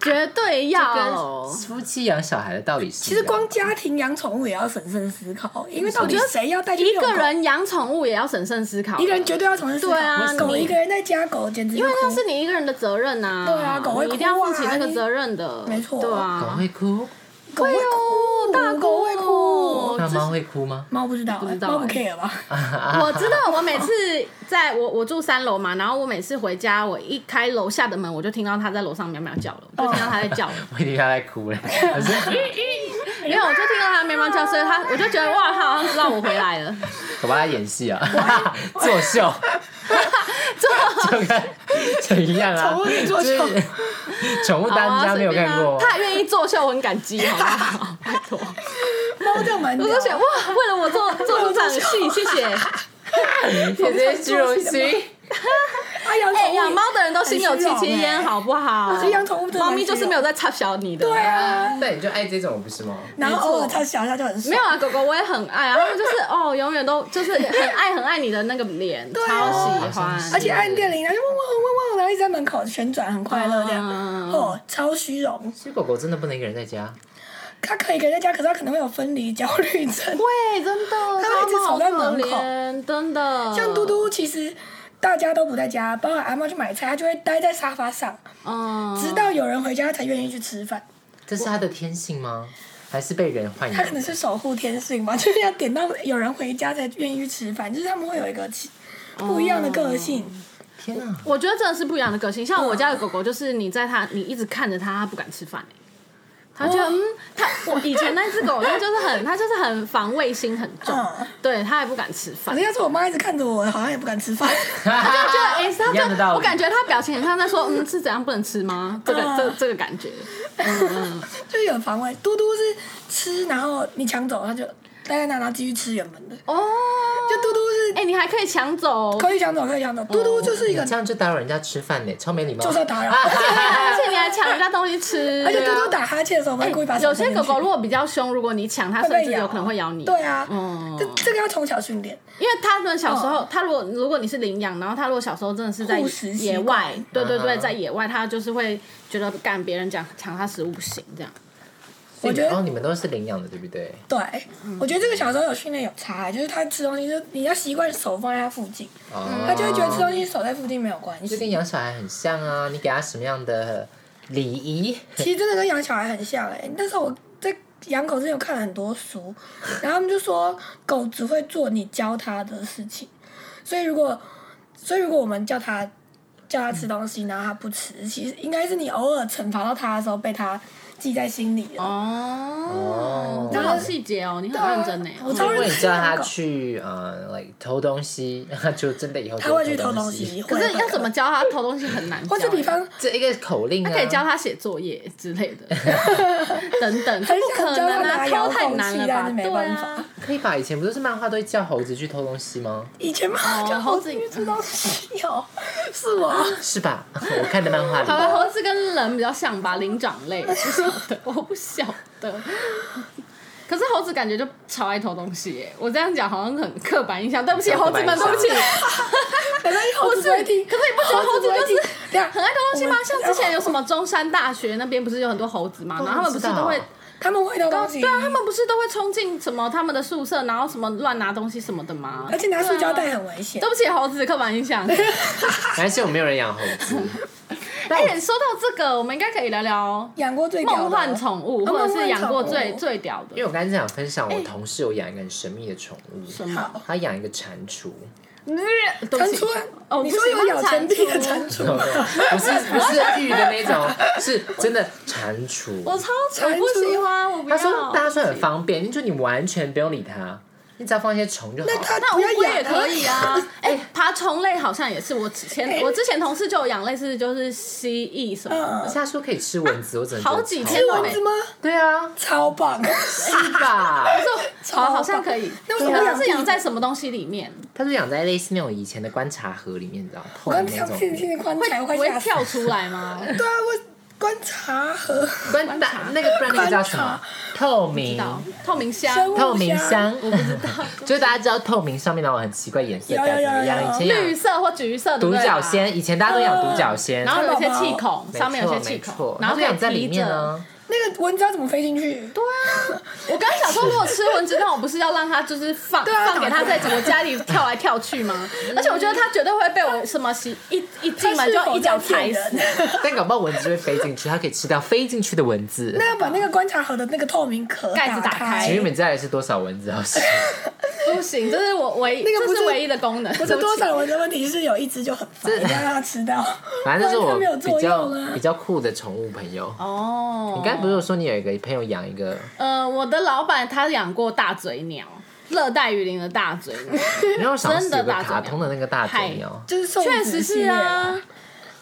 D: 绝对
A: 跟
D: 要。
A: 夫妻养小孩的道理是
B: 其
A: 一
B: 实
A: 样的，
B: 光家庭养宠物也要审慎思考，因为到底谁要带去
D: 一
B: 遛狗
D: 个人养宠物也要审慎思考，
B: 一个人绝对要重新思考。
D: 对啊
B: 狗
D: 你
B: 一个人在家，狗简直
D: 因为
B: 就
D: 那
B: 哭
D: 是你一个人的责任呐、
B: 对啊狗会
D: 你一定要
B: 哭啊
D: 负起那个责任的，
B: 没错
D: 对
A: 狗
D: 啊。
A: 会哭，
B: 狗会
D: 哦
B: 哭，
D: 大
B: 狗
D: 狗
B: 会哭。
D: 哦
A: 那
D: 这
A: 猫
D: 是
A: 会哭吗？
B: 猫不知道欸，
D: 不知道
B: 猫不 care
D: 欸
B: 吧？
D: 我知道，我每次在我我住三楼嘛，然后我每次回家，我一开楼下的门，我就听到它在楼上喵喵叫了，我就听到它在叫
B: 哦
D: 了。
A: 我一定要在哭
B: *laughs*
A: 嘞，可是
D: 因为我就听到它喵喵叫，所以它我就觉得哇，它好像知道我回来了。
A: 我帮他演戏啊， *laughs* 作
D: *laughs*
A: 秀，就跟就一样啊，
B: 宠物女作秀
A: 就是， *laughs* 宠物
D: 好
A: 当
D: 啊
A: 家没有
D: 随便
A: 看过
D: 啊，他愿意作秀，我很感激，好不
B: *laughs*
D: 好？拜托，
B: 猫就蛮
D: 我
B: 屌
D: 就
B: 的。
D: 想哇，为了我做做出场
B: *laughs*
D: 戏，谢谢。
A: 姐姐虚荣心。
B: 啊，养
D: 哎，
B: 宠物
D: 养猫的人都心有戚戚
B: 很虚荣欸
D: 焉，好不好？
B: 其实养宠物真的蛮
D: 猫咪就是没有在插小你的。
B: 对。啊，
A: 那你就爱这种不是吗？
B: 然后偶尔它想一下就很爽
D: 没有啊，狗狗我也很爱啊，它们就是哦，永远都就是很爱很爱你的那个脸，
B: 对
D: 超
B: 啊
D: 喜
A: 好像
D: 欢
A: 是。
B: 而且按电铃，然后就汪汪汪汪，然后一直在门口旋转，很快乐这样。
D: 嗯
B: 哦，超虚荣。
A: 其实狗狗真的不能一个人在家，
B: 它可以跟在家，可是它可能会有分离焦虑症。
D: 对，真的，
B: 们一直守在
D: 它们好
B: 门口
D: 可怜，真的。
B: 像嘟，嘟，其实大家都不在家，包括阿猫去买菜，它就会待在沙发上，
D: 嗯，
B: 直到有人回家它才愿意去吃饭。
A: 这是它的天性吗？还是被人豢
B: 它可能
A: 养？
B: 是守护天性
D: 嗯
B: 吧，就是要点到有人回家才愿意去吃饭，就是他们会有一个其
D: 嗯
B: 不一样的个性。
A: 天啊哪！
D: 我
B: 嗯
D: 觉得真的是不一样的个性。像我家的狗狗，就是你在它，你一直看着它，它不敢吃饭、欸他
B: 哦
D: 就嗯，他我以前那只狗，它就是很，它就是很防卫心很重，
B: 嗯
D: 对，它也不敢吃
B: 可
D: 饭
B: 是。要是我妈一直看着我，好像也不敢吃
D: *laughs*
B: 饭。
D: 他就觉得哎，是它
A: 一样的
D: 就
A: 道理
D: 我感觉它表情很像在说，嗯，是怎样不能吃吗？这个
B: 嗯
D: 这这个感觉，嗯，嗯
B: 就有防卫。嘟嘟是吃，然后你抢走，它就待在那，然后继续吃原本的。
D: 哦，
B: 就嘟嘟是
D: 哎，你还可以抢走，
B: 可以抢走，可以抢走。嘟嘟就是一
A: 你
B: 个
D: 嗯
A: 这样就打扰人家吃饭呢，超没礼貌。
B: 就是要
D: *laughs*
B: 打扰，
D: 而且你还抢人家东西吃，
B: 啊而且
D: 对啊
B: 嘟嘟打哈欠的时候，我
D: 哎
B: 会故意把手
D: 有
B: 伸
D: 些
B: 进
D: 狗
B: 去
D: 狗如果比较凶，如果啊你抢它，
B: 会
D: 甚
B: 被
D: 至
B: 咬，
D: 有可能会咬你。
B: 对啊，
D: 嗯
B: 这这个要从小训练。
D: 因为它们小时候，它如果如果你是领养，然后它如果小时候真的是在
B: 护食习
D: 野
B: 惯
D: 外，对对对，
A: 嗯
D: 在野外，它就是会觉得干别人讲抢它食物不行这样。
A: 所以
B: 我觉得
D: 嗯
A: 哦，你们都是领养的，对不对？
B: 对，我觉得这个小时候有训练有差，就是它吃东西，就是你要习惯手放在它附近，
D: 嗯
A: 哦，
B: 它就会觉得吃东西手在附近没有关
A: 就
B: 系。
A: 跟养小孩很像啊。你给他什么样的礼仪？
B: 其实真的跟养小孩很像哎、欸。那时候我在养狗之前，有看了很多
D: *laughs*
B: 书，然后他们就说狗只会做你教它的事情，所以如果所以如果我们叫它叫它吃东西，然后它不吃，其实应该是你偶尔惩罚到它的时候，被它记在心里了。
D: 哦
A: 哦，
D: 这个细节哦，你很认真呢。
B: 我
A: 如
B: 超认
A: 果
B: 真
A: 你
B: 养
A: 叫他
B: 狗
A: 去呃，like 偷东西， *laughs* 就真的以后就
B: 它会去偷
A: 东
B: 东。西，
D: 可
B: 会
D: 是
B: 会
D: 要怎么教它偷东西很难教。欸
B: 或者比方
A: 这一个口令
D: 他
A: 啊，
D: 可以教它写作业之类
B: *laughs*
D: 的，等等，这
B: 很想
D: 不可
B: 教它
D: 能啊，
B: 拿
D: 偷
B: 遥
D: 太
B: 控
D: 难
B: 器
D: 了
B: 但
D: 吧？
B: 是没
D: 对
B: 办法
D: 啊，
A: 可以吧？以前不都是漫画都会叫猴子去偷东西吗？
B: 以前嘛
D: 哦
B: 叫
D: 猴
B: 猴
D: 子
B: 子去吃东西哦，是吗？
D: *laughs*
A: 是吧？ *laughs* 我看的漫画里
D: 好。了，猴子跟人比较像吧，灵长类，我不晓得，我不晓得。可是猴子感觉就超爱偷东西耶，我这样讲好像很刻板印象，对不起，
A: 刻
D: 猴子
A: 板
D: 们，
A: 印
D: 对不起。
B: 可是猴子不会听，
D: 可是你不觉得猴子
B: 不
D: 就
B: 会听
D: 是
B: 等一下
D: 很爱偷东西吗
B: 我？们哦
D: 像之前有什么中山大学那边不是有很多猴子嘛，然后他们不是都会
A: 我不知道。
B: 他们会偷东西，
D: 对啊，他们不是都会冲进什么他们的宿舍，然后什么乱拿东西什么的吗？
B: 而且拿塑胶袋很危险
D: 对。啊不起，猴子刻板印象。
A: 男性我没有人养猴子，
D: 哎、说到这个，我们应该可以聊聊
B: 养过最屌的
D: 梦幻宠物，
B: 哦
D: 或者是养过
B: 梦幻哦宠物
D: 最
B: *laughs*
D: 最屌的
A: 因为我刚才想分享，我同事有养一个很神秘的宠物，
D: 什么？
A: 他养一个蟾蜍，
D: 对不
B: 蟾
D: 起
B: 蜍
D: 哦
B: 啊，你说有咬钱币的蟾蜍吗？
A: 不是不是玉的那种，是真的蟾
D: 我
A: 蜍。
D: 超我不喜欢，我不
A: 他
D: 要。
A: 说大家说很方便，就你完全不用理它，你只要放一些虫就好了。
B: 它
D: 那
B: 不要
D: 乌龟
B: 养
D: 也可以啊，
B: *laughs*
D: 哎、爬虫类好像也是。我之
B: 哎
D: 前我之前同事就有养类似就是蜥蜴什么
B: 嗯
D: 的，
A: 而且他说可以吃蚊子，我整个
D: 好
A: 觉得
D: 几
A: 超
D: 天
B: 是
D: 都
B: 哎蚊子吗？
A: 对啊，
B: 超棒！
A: 是吧？
D: 就好好像可以。
B: 那为什么
D: 它
B: 养
D: 是养在什么东西里面？
A: 他是养在类似那种以前的观察盒里面，你知道，
B: *laughs* 我
A: 透
B: 刚
A: 明那
B: 跳
A: 种
B: 进进棺
D: 会
B: 材，我快
D: 不会
B: 吓死。
D: 跳出来吗？
B: 对啊，我观察盒
A: 观察那个不然那个叫什么？透明
D: 到透明箱。
B: 生物
A: 透明箱，我不知道， *laughs* 就是大家知道透明上面那种很奇怪颜色
B: 有有
A: 该怎
B: 有
A: 么
B: 有
A: 样？
B: 有
A: 以前
D: 绿
A: 养
D: 色或橘色，对
A: 独
D: 不对啊
A: 角
D: 嗯
A: 仙，以前大家都养独角仙，
D: 然后有一些气孔，
A: 没
D: 上面有
A: 错
D: 一些气
A: 没
D: 孔
A: 错，
D: 然后
A: 它
D: 可
A: 就
D: 以
A: 养在里面啊
D: 呢。
A: 呢。
B: 那个蚊子要怎么飞进去？
D: 对啊，我刚想说，如果吃蚊子，那我不是要让它就是放、
B: 啊
D: 放给它在我家里跳来跳去吗？而且我觉得它绝对会被我什么洗一一进门就一脚踩死
B: 它是否在骗。
A: 但搞不好蚊子就会飞进去，它可以吃掉飞进去的蚊
D: *laughs*
A: 子。
B: *laughs*
D: 哎
B: 那要把那个观察盒的那个透明壳
D: 盖子打
B: 打
D: 开
A: 请问你们家里是多少蚊子？好
D: *laughs*
A: 像
D: 不行，这是我唯
B: 那个不
D: 这
B: 是
D: 是唯一的功能。
B: 不是多少蚊的问题，是有一只就很烦，
A: 这
B: 一定要让它吃到。
A: 反正就是
B: 不然它
A: 我
B: 没有
A: 比
B: 作
A: 较
B: 用啊
A: 比。较酷的宠物朋友。
D: 哦，
A: 你刚才不是有说你有一个朋友养一个？
D: 呃，我的老板他养过大嘴鸟，热带雨林的大嘴
B: *laughs*
D: 鸟，
A: 你让我想起
D: 真的
A: 有个
D: 大嘴
A: 卡
D: 鸟
A: 通的那个大嘴鸟，
B: 就是送
D: 确
B: 子
D: 实
B: 系
D: 是
B: 列
D: 啊，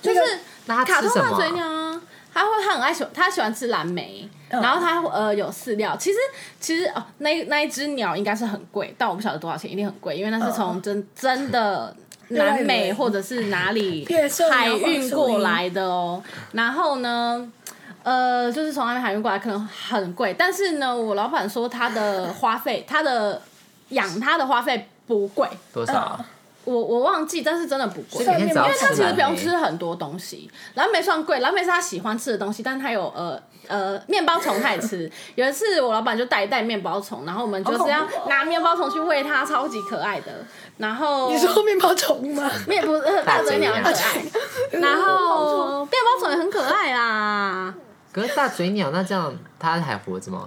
D: 就
B: 那
D: 是
B: 个
A: 那它
D: 卡
A: 吃
D: 通
A: 什
D: 大
A: 么
D: 嘴
A: 啊？
D: 鸟啊，它会它很爱喜欢，它喜欢吃蓝莓，
A: 嗯
D: 然后它呃有饲料。其实其实哦，那那一只鸟应该是很贵，但我不晓得多少钱，一定很贵，因为那是
A: *laughs*
D: 从真真的。南美或者是哪里
B: 变色鸟
D: 海运过来的哦，然后呢，呃，就是从那边海运过来，可能很贵，但是呢，我老板说他的花费，他的养它的花费不贵，
A: 多少啊？
D: 我我忘记，但是真的不贵，
A: 所以每天早
D: 哦因
A: 上吃
D: 为他其实
A: 蓝
D: 不用
A: 莓，
D: 吃很多东西，蓝莓算贵，蓝莓是他喜欢吃的东西，但他有呃呃面包虫他也吃。 *laughs* 有一次我老板就带一袋面包虫，然后我们就是要
B: 好恐怖哦
D: 拿面包虫去喂它，超级可爱的。然后
B: 你说面包宠物吗？
D: 面不是呃大嘴鸟很可
A: 大嘴
D: 爱，然后面包虫也很可爱啊啦。
A: 可是大嘴鸟那这样它还活着吗？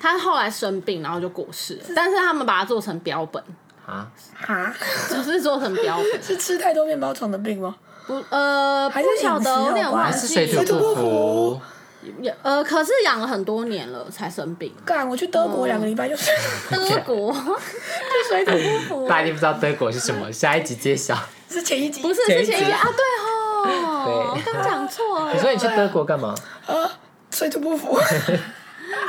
D: 他后来生病，然后就过世了，但是他们把它做成标本，
A: 啊，
B: 啊，
D: 只是做成标本。
B: 是吃太多面包虫的病吗？
D: 不呃，
B: 还是
D: 不晓
B: 饮食
D: 得，有
B: 有
D: 点
B: 关
D: 忘
A: 还
D: 记。
A: 是水土
B: 水土
A: 不
B: 不
A: 服？
D: 也呃，可是养了很多年了才生病。
B: 干，我去德国两个礼拜就是
D: *laughs* 德
A: *laughs*
D: 国
B: *laughs* 就水土不服，
A: 嗯大家一定不知道德国是什么，下一集揭晓。
B: 是前一集
D: 不是
A: 前一
D: 是前一
A: 集
D: 集啊，对哦，
A: 对
D: 刚讲错了。
A: *laughs* 你说你去德国干嘛？
B: 啊，水土不服，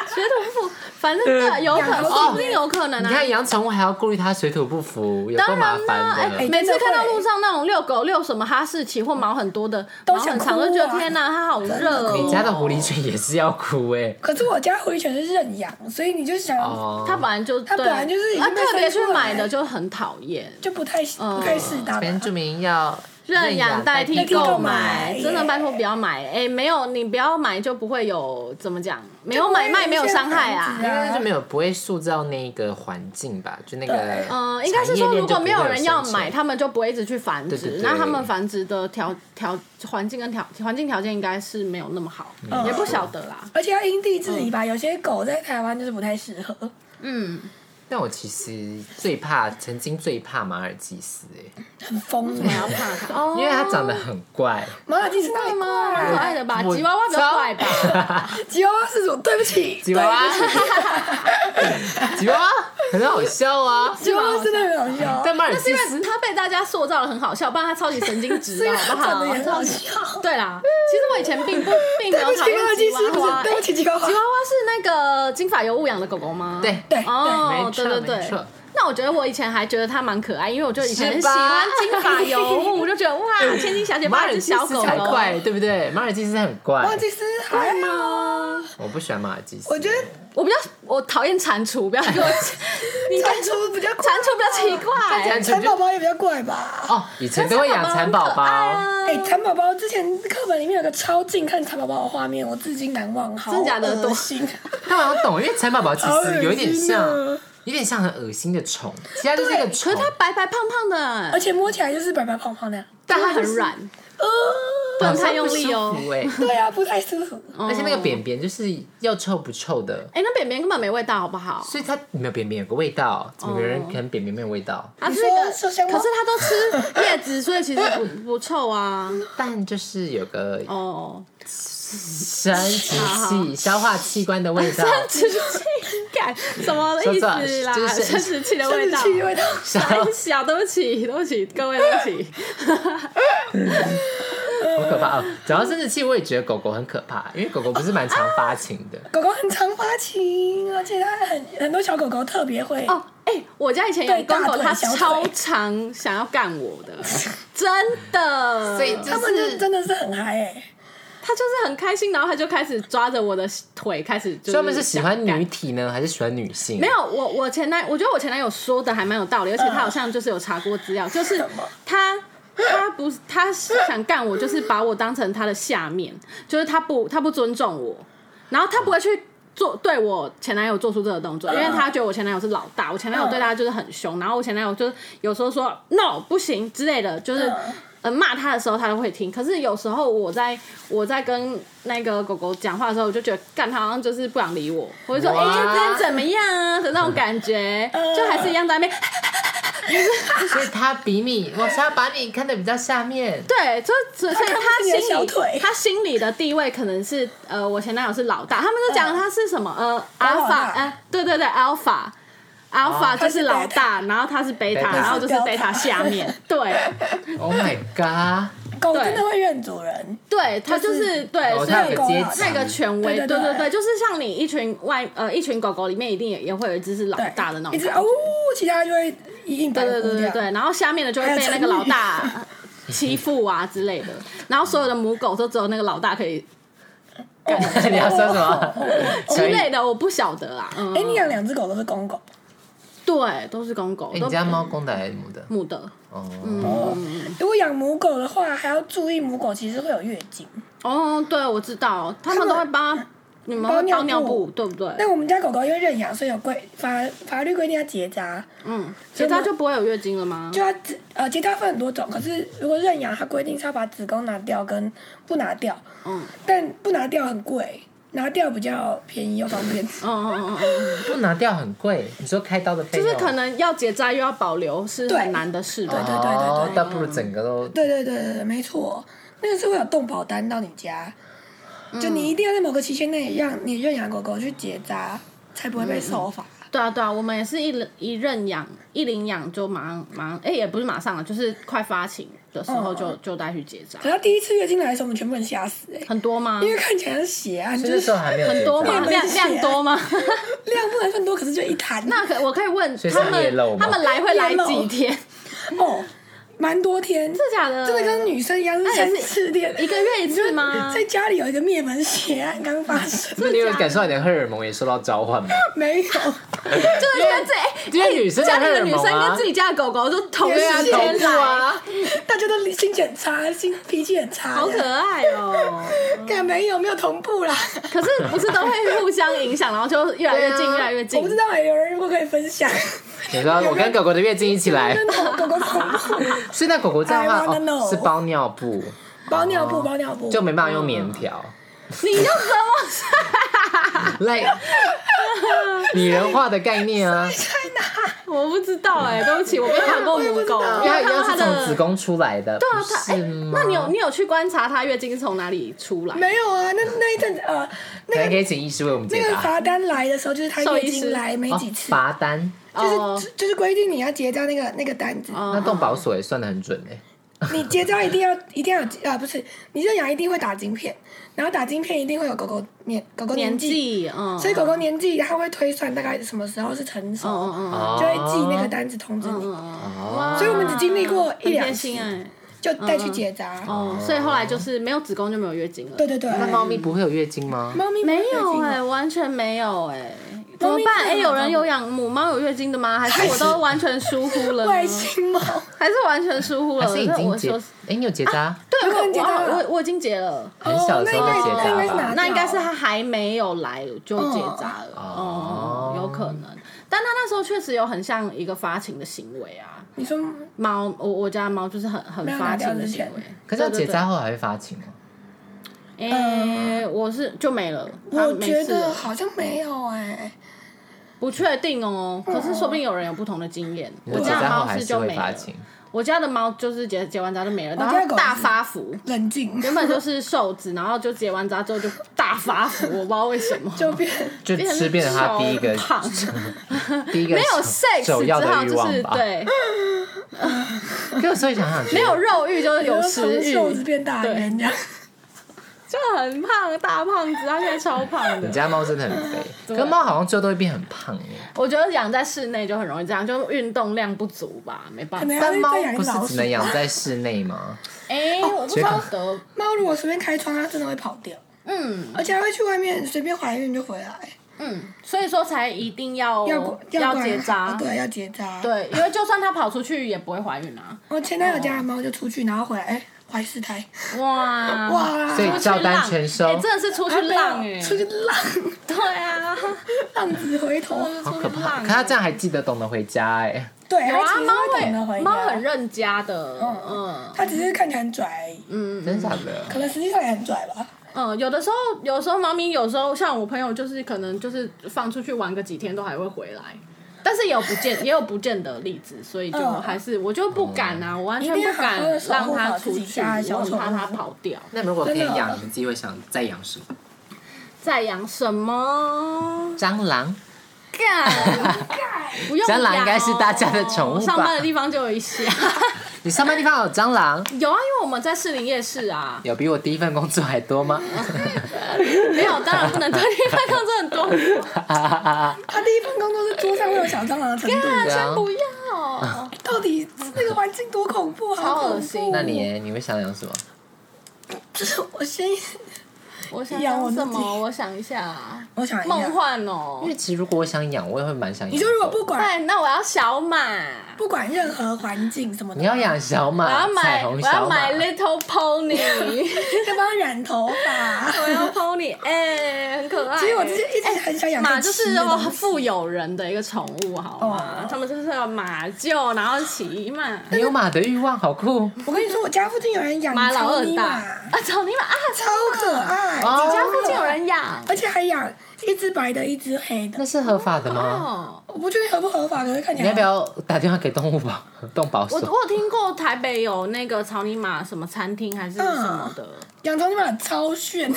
D: 学徒服，反正对，有
A: *laughs*
D: 可能，说不定有可能
A: *laughs* 你
D: 啊
A: 看。养宠物还要顾虑它水土不服，有多
D: 当
A: 麻
D: 然啦，
A: 烦的。
D: 哎，每次看到路上那种遛狗、遛什么哈士奇或毛很多的，
B: 都
D: 毛很
B: 想
D: 长，
B: 哭
D: 就觉得
B: 啊
D: 天哪，它好热
A: 你家的
D: 哦。
A: 狐狸犬也是要哭哎、
B: 可是我家回犬是认养，所以你就想、
A: 哦，
D: 它本来就
B: 它
D: 对
B: 本来就是已经
D: 啊，
B: 被
D: 特别
B: 生
D: 去
B: 出来
D: 买的就很讨厌。
B: 就不太不太适
A: 这
B: 当
D: 嗯
A: 边
B: 了。
A: 注明要
D: 认养代替
B: 购
D: 购
B: 买
D: 买，真的
B: 耶
D: 拜托不要买。哎，没有你不要买，就不会有怎么讲，没有买卖，
B: 就不会有
D: 没有
B: 一些
D: 伤害
B: 房
D: 啊
B: 子。啊
A: 因为就没有不会塑造那个环境吧，就那个
B: 对
D: 嗯，应该是
A: 产
D: 说，
A: 业链
D: 如
A: 就
D: 果
A: 不会
D: 没
A: 有
D: 人要买，
A: 生存
D: 他们就不会一直去繁
A: 对对
D: 殖
A: 对。
D: 那他们繁殖的条条环境跟条环境条件应该是没有那么好，
A: 嗯
B: 错
D: 也不晓得啦。
B: 而且要因地制宜吧，有些狗在台湾就是不太适合。
D: 嗯，
A: 但我其实最怕，曾经最怕马尔济斯哎、
B: 很疯
D: 不要
A: 嗯
B: 嘛，
D: 怕它哦，
A: 因为它长得很怪，
B: 马尔济斯太
D: 对吗？蛮可
B: 怪
D: 爱
B: 了，
D: 的吧？
A: 我
D: 吉娃娃比较怪吧？
B: 啊吉娃娃是什么？对不起，
A: 吉娃娃
B: 对不起，
A: *laughs* 吉娃娃很好笑啊，
B: 吉娃娃真的很好笑，
A: 但马尔
D: 那是
A: 济
D: 因
A: 斯
D: 为它被大家塑造的很好笑，不然它超级神
B: *laughs*
D: 经质
B: 这
D: 的，
B: 个
D: 好不
B: 长
D: 好
B: 得也？很好笑。
D: 对啦，其实我以前并不并没
B: 对不
D: 有
B: 起，
D: 讨
B: 马尔
D: 厌
B: 济
D: 吉
B: 斯不
D: 娃娃。
B: 是，对不起，吉娃
D: 吉娃
B: 娃。
D: 娃是那个金发尤物养的狗狗吗？
A: 对
B: 对
D: 哦
A: 没，错
D: 对对对
A: 没错。
D: 那我觉得我以前还觉得它蛮可爱，因为我就以前很
A: 是
D: 喜
A: 吧
D: 欢金发尤物，我就觉得哇，千金小姐
A: 马
D: 抱
A: 尔
D: 一
A: 济
D: 只小狗
A: 斯才
D: 狗，
A: 怪，对不对？马尔济斯很怪
B: 马，尔济斯还好，
A: 我不喜欢马尔济斯。
B: 哎我觉得
D: 我比较我讨厌蟾蜍，不要给我你
B: 蟾蜍比较怪
A: 哎
D: 蟾蜍比较奇怪，
A: 蟾
B: 蚕
A: 蜍
B: 宝
A: 就
B: 宝也比较怪吧。
A: 哦，以前都会养蚕宝
D: 很可
A: 宝，
D: 爱啊
B: 哎、蚕宝宝之前课本里面有个超近看蚕宝宝的画面，我至今难忘，好
D: 真假的
B: 恶心，
A: 但我好像懂，因为蚕宝宝其
B: 好恶
A: 实有一点
B: 心
A: 像，
B: 啊
A: 有点像很恶心的虫，其他就是一个
D: 可
A: 虫
D: 是，它白白胖胖
B: 而
D: 的，
B: 且摸起来就是白白胖胖的。
A: 但它
D: 很
A: 就是，
D: 软，
B: 呃，
D: 不能太用力哦
A: 好像不
D: 嗯
A: 舒。服哎。
B: 对啊，不太舒服。
A: 而且那个便便就是要臭不臭的，
D: 哎，那扁扁根本没味道，好不好？
A: 所以它没有便便有个味道，怎么有
D: 哦
A: 人可能便便没有味道？
D: 啊，
B: 你
D: 这个
B: 说麝香
D: 可
B: 猫
D: 是它都吃叶子，所以其实不不臭啊。
A: 但就是有个
D: 哦，
A: 生殖
D: 好
A: 器、消化器官的味道，
D: 生殖器感什么意思啦？
A: 说错了就是
D: 生殖器的
B: 生
D: 味
B: 殖
D: 道。
B: 器味道，
A: *laughs* 消
D: 很小，对不起，对不起，各位，对不起。
A: 好可怕哦！讲到生殖器，我也觉得狗狗很可怕，因为狗狗不是蛮常发情的，
B: 狗狗很常发情，而且它很很多小狗狗特别会。
D: 哦，哎、我家以前有
B: 对大
D: 公
B: 腿
D: 狗，它
B: 小腿
D: 超常想要干我的， *laughs* 真的。
A: 所以
B: 它
A: 就
B: 们就是真的是很嗨哎、
D: 它就是很开心，然后它就开始抓着我的腿，开始就是。
A: 专门是喜欢女体呢，还是喜欢女性？
D: 没有，我我前男，我觉得我前男友说的还蛮有道理，而且
A: 嗯
D: 他好像就是有查过资料，就是他。他不，他想干我，就是把我当成他的下面，就是他不，他不尊重我，然后他不会去做对我前男友做出这个动作，因为他觉得我前男友是老大，我前男友对大家就是很凶，然后我前男友就是有时候说 no 不行之类的，就是呃骂他的时候他都会听，可是有时候我在我在跟那个狗狗讲话的时候，我就觉得干他好像就是不想理我，我就说
A: 哇
D: 哎、今天怎么样啊的那种感觉，就还是一样在那边。
A: 所以它比你，我想要把你看得比较下面。
D: 对，就所以所以
B: 他看不起
D: 他
B: 你的
D: 心
B: 小
D: 里
B: 腿
D: 他心里的地位可能是呃，我前男友是老大，他们都讲
B: 嗯
D: 他是什么呃
B: 他老
D: ，alpha，
B: 大
D: 呃，对对对，alpha。alpha
B: 他
D: 就是是老大，然后他是哦贝塔，
A: Beta
D: 然后就是
B: 他是
D: 贝
B: Delta
D: 塔下面，对
B: *laughs*
A: Oh my god！
B: 狗
D: 对
B: 真的会认主人，
D: 对，他就是对，
A: 哦
D: 所
A: 它有
D: 以
A: 个阶级，*laughs*
D: 那个权威，
B: 对
D: 对
B: 对对
D: 对对，就是像你一群外呃一群狗狗里面，一定也也会有一只是老
B: 对，
D: 大的那
B: 一直
D: 种感
B: 哦
D: 觉，，
B: 其他就会一应
D: 对
B: 百
D: 对
B: 顾
D: 对对
B: 掉。
D: 对，然后下面的就会
B: 还有
D: 被那
B: 成
D: 个
B: 语
D: 老
B: *laughs*
D: 大欺负啊之类的，然后所有的母狗都只有那个老大可以
A: 你要说什么？
D: 之类的，我不晓得啊。嗯，
B: 哎、你养两只狗都是公狗，
D: 对，都是公狗，
A: 哎
D: 都嗯
A: 你家猫公的还是母的？
D: 母的。
A: 哦，
B: 如果养母狗的话，还要注意母狗其实会有月经。
D: 哦，对，我知道，他们都会帮你们
B: 包
D: 会
B: 尿
D: 包尿
B: 布
D: 布，对不对？
B: 那我们家狗狗因为认养，所以有规法法律规定要结扎，
D: 嗯，结扎就不会有月经了吗
B: 就？要子呃结扎分很多种，可是如果认养，它规定是要把子宫拿掉跟不拿掉，
D: 嗯，
B: 但不拿掉很贵，拿掉比较便宜又方便。 *laughs*
D: 哦哦哦哦，
A: 不拿掉很贵，你说开刀的费
D: 就
A: 用
D: 是可能要结扎又要保留，是
B: 对
D: 很难的事
B: 对
D: 吧？
B: 对对
A: 哦，倒不如整个都
B: 对对对对对，没错，那个是会有动保单到你家，就你一定要在某个期限内让你认养狗狗去结扎，才不会被受罚。
D: 对啊，对啊，我们也是一人一认养，一领养就马上马上，哎、也不是马上了，就是快发情的时
B: 嗯
D: 候就、就带去结扎，
B: 可他第一次月经来的时候，我们全部人吓死哎、欸
D: 很多吗？
B: 因为看起来是血啊，就
A: 那时
B: 是
A: 候还没有
D: 很多吗？
A: 结扎
D: 量量多吗？
B: 量不能算多，可是就一滩。
D: *laughs* 那可我可以问
A: 所以
D: 他
A: 是夜
D: 们
A: 漏，吗
D: 他们来会来几天？
B: 哦，蛮多天，
D: 真的假的？
B: 真的跟女生一样是
D: 也
B: 三
D: 是
B: 次恋，
D: 一个月一次吗？
B: 在家里有一个灭门血案刚发生，
A: 那你有感受到你的荷尔蒙也受到召唤
D: *laughs*
A: 吗？
B: 没有， *laughs*
D: 就是跟自己哎
A: 因为女生的
D: 家里的女
A: 荷尔蒙
D: 生
A: 啊
D: 跟自己家的狗狗就同
B: 对啊
D: 时间
B: 同步
D: 来，
A: 啊
B: 大家都心检查，心脾气很差，
D: 好可爱哦、
B: 干没有没有同步啦，
D: 可是不是都会互相影响，然后就越来越近，
A: 对啊
D: 越来越
B: 我
D: 近
B: 不。知道哎、有人如果可以分享，
A: 你说我跟狗狗的月经一起
D: *laughs*
A: 来，
B: 跟狗狗同步，
A: 所以那狗狗这样的
B: I
A: 话
B: wanna know
A: 哦，是包尿布，
B: 包尿
D: 哦
B: 布包尿布，
A: 就没办法用棉条。
D: 你就怎么说？
A: 类拟人化的概念啊，
D: 我不知道哎、对不起，我没有养过母狗，
A: 因为它
D: 我
A: 一样是
D: 它
A: 从子
D: 的。
A: 宫出来的，
D: 对啊，
A: 不
D: 它哎、
A: 是吗？
D: 那你有你有去观察它月经是从哪里出来？
B: 没有啊，那那一阵子呃，
A: 可能
B: 那
A: 可
B: 个
A: 以请医师为我们
B: 那
A: 解
B: 个
A: 答。哦
B: 罚单来的时候，就是他
D: 兽
B: 月
D: 医师
B: 经来没几次，
A: 罚单，
D: 哦
B: 就是就是规定你要结扎那个那个单子，
A: 那动保所也算的很准哎、
B: *laughs* 你结扎一定要一定要有啊，不是你认养一定会打晶片，然后打晶片一定会有狗狗年狗狗
D: 年
B: 纪，
D: 纪，嗯，
B: 所以狗狗年纪它会推算大概什么时候是成熟，
D: 嗯嗯嗯
B: 就会寄那个单子通知
D: 嗯
B: 你，
D: 嗯嗯，
A: 哦，
B: 所以我们只经历过一
D: 很
B: 两
D: 贴
B: 次
D: 心哎。
B: 就带去结扎。
D: 哦，所以后来就是没有子宫就没有月经了。
B: 对，对对，
A: 那猫咪不会有月经吗？
B: 猫 *laughs* 咪
D: 没
B: 会
D: 有
B: 经
D: 哎、
B: 哦
D: 完全没有哎、怎
B: 猫
D: 么
B: 咪
D: 办？
B: 真的
D: 哎、
B: 很
D: 有人
B: 方
D: 有养母猫有月经的吗？还是我都完全疏忽
B: *laughs*
D: 了呢？
B: 外星猫，
D: 还是完全疏忽了？
A: 还是已
D: 那
A: 经
D: 我
A: 结？
D: 说
A: 哎、你有结扎？
D: 对，
B: 有可能结
D: 我
B: 扎
D: 我
B: 了
D: 我我已经结了。
A: 很小的时候就结
B: 哦那应该
A: 扎
B: 是拿
A: 吧？
D: 那应该是他还没有来就结扎了，
B: 嗯
D: 哦、
A: 哦
D: 有可能。但他那时候确实有很像一个发情的行为啊，
B: 你说
D: 猫，我我家的猫就是很很
B: 没有拿
D: 发
B: 掉
D: 情的
B: 之
D: 行
B: 前
D: 为。
A: 可是要
D: 对对
A: 结扎后还会发情吗？
D: 对诶、我是就没了，它
B: 嗯我
D: 没
B: 觉
D: 事
B: 得
D: 了
B: 好像没有哎，
D: 不确定哦，可是
B: 嗯
D: 说不定有人有不同的经验。
A: 你
D: 我
A: 说结
D: 家的
A: 扎后
D: 啊猫
A: 还
D: 是
A: 是
D: 就
A: 会
D: 没
A: 发
D: 了，
A: 情？
D: 我家的猫就是结结完扎就没了，然
B: 家的
D: 后
B: 狗
D: 大
B: 哦是
D: 发福，
B: 冷静，
D: 原本就是瘦子， *laughs* 然后就结完扎之后就大发福，我不知道为什么。
B: 就变
A: 就吃变成它第一个
D: 变成
A: *laughs*
D: 胖，
A: 第一个
D: 没有
A: 首
D: sex
A: 要
D: 之
A: 的
D: 后
A: 欲
D: 就是
A: 望吧？
D: 对，
A: 可我所以想想，
D: 没有肉欲就是 *laughs*
B: *laughs*
D: 有
B: 从
D: 食欲，
B: 瘦子变大
D: 对
B: 圆这样。
D: 就很胖大胖子，它现在超胖
A: 你 *laughs*
D: 的。
A: 家猫真的很肥，
D: 对
A: 可猫好像最后都会变很胖哎。
D: 我觉得养在室内就很容易这样，就运动量不足吧，没办
B: 可
D: 法
B: 能。要
A: 但哎猫
B: 再养一
A: 不
B: 只
A: 啊是
B: 老
A: 只
B: 鼠。
A: 能养在室内 *laughs* 吗？
D: 哎，
B: 哦
D: 我不
A: 所以可
D: 晓得，
B: *laughs* 猫如果随便开窗，它真的会跑掉，
D: 嗯
B: 而且还会去外面随便怀孕就回来，哎
D: 嗯，所以说才一定要
B: 要管
D: 哦要
B: 管
D: 结
B: 好
D: 扎。
B: 对，要结扎。，哦
D: 对，因为就算它跑出去也不会怀孕啊！
B: 我前男友家的猫就出去，然后回来，哎，怀四胎，
D: 哇，
B: 哇，
A: 所以
D: 啊出去
A: 照单
D: 浪
A: 全收
D: 哎真的是出去浪哎，
B: 出去浪，
D: 对啊，
B: 浪子回
D: *laughs*
B: 头。
D: 好
A: 可怕！可它这样还记得懂得回家哎。
B: 对，
D: 有啊
B: 它其，实
D: 欸猫
B: 会懂得回家
D: 会猫很，认家的，嗯
B: 它只是看起来很拽而已，
D: 嗯
A: 真假的？
B: 可能实际上也很拽吧。
D: 嗯，有的时候，有的时候猫咪，有时候像我朋友，就是可能就是放出去玩个几天都还会回来，但是也有不
B: *laughs*
D: 见也有不见的例子，所以就
B: 嗯
D: 还是我就不敢
A: 哦
D: 啊，我完全
B: 一定要
D: 不敢
B: 好好地守
D: 让
B: 护
D: 它
B: 好
D: 出
B: 自己
D: 去，
B: 家的小
D: 我很
B: 宠
D: 怕它
B: 物
D: 跑掉。
A: 那如果可以
B: 真的
A: 养，你们自己会想再养什么？
D: 再养
B: *laughs*
D: 什么？
A: 蟑螂？
D: 干，不用
A: 蟑螂
D: 养哦
A: 应该是大家的宠物吧
D: 我上班的地方就有一些，
A: *laughs*
D: *laughs*
A: 你上班地方有蟑螂？
D: 有啊，因为我们在士林夜市啊，
A: 有比我第一份工作还多 *laughs* 吗？
D: 没有，当然不能对地方工作很多，
B: 它第一份工作是桌上会有小蟑螂的程度，
D: 但
A: 对
D: 先
A: 啊
D: 不要，
B: 到底那个环境多恐怖，
D: 超
B: 好
D: 恶
B: 恐
D: 心
B: 怖。
A: 那你耶你会想养什么？
B: 就是我先，
D: 我想
B: 养我
D: 养
B: 自己
D: 什么？我想一下啊。
B: 我想一下
D: 梦。幻哦
A: 因为。其实如果我想养，我也会蛮想养。
B: 你说如果不管
D: 对，那我要小马，
B: 不管任何环境什么的，
A: 你要养小
D: 我要
A: 马，彩
D: 买，我
A: 虹
D: 要
A: 小马
D: 买，Little
B: *laughs*
D: Pony，
B: 要不要染头
D: *laughs*
B: 发？
D: 我要 Pony，哎、很可爱。
B: 其实我之前一直很想养
D: 哎马
B: 个
D: 就
B: 骑
D: 是哦
B: 的东西
D: 富有人的一个宠物，好吗？
B: 哦
D: 他们就是有马厩，然后骑马，
A: 你有马的欲望，好酷！
B: 我跟你说，我家附近有人养
D: 马老
B: 草
D: 二
B: 泥
D: 大
B: 马，
D: 啊，草泥马啊，
B: 超可爱，
A: 哦
D: 你家附近有人养？
B: 而且还养一只白的，一只黑的
A: 那。是合法的吗？
D: 哦，
B: 我不确定合不合法，可是看起
A: 你要
B: 来
A: 不要打电话给动物保动保所？
D: 我我有听过台北有那个草泥马什么餐厅还是什么的，
B: 养草泥马超炫，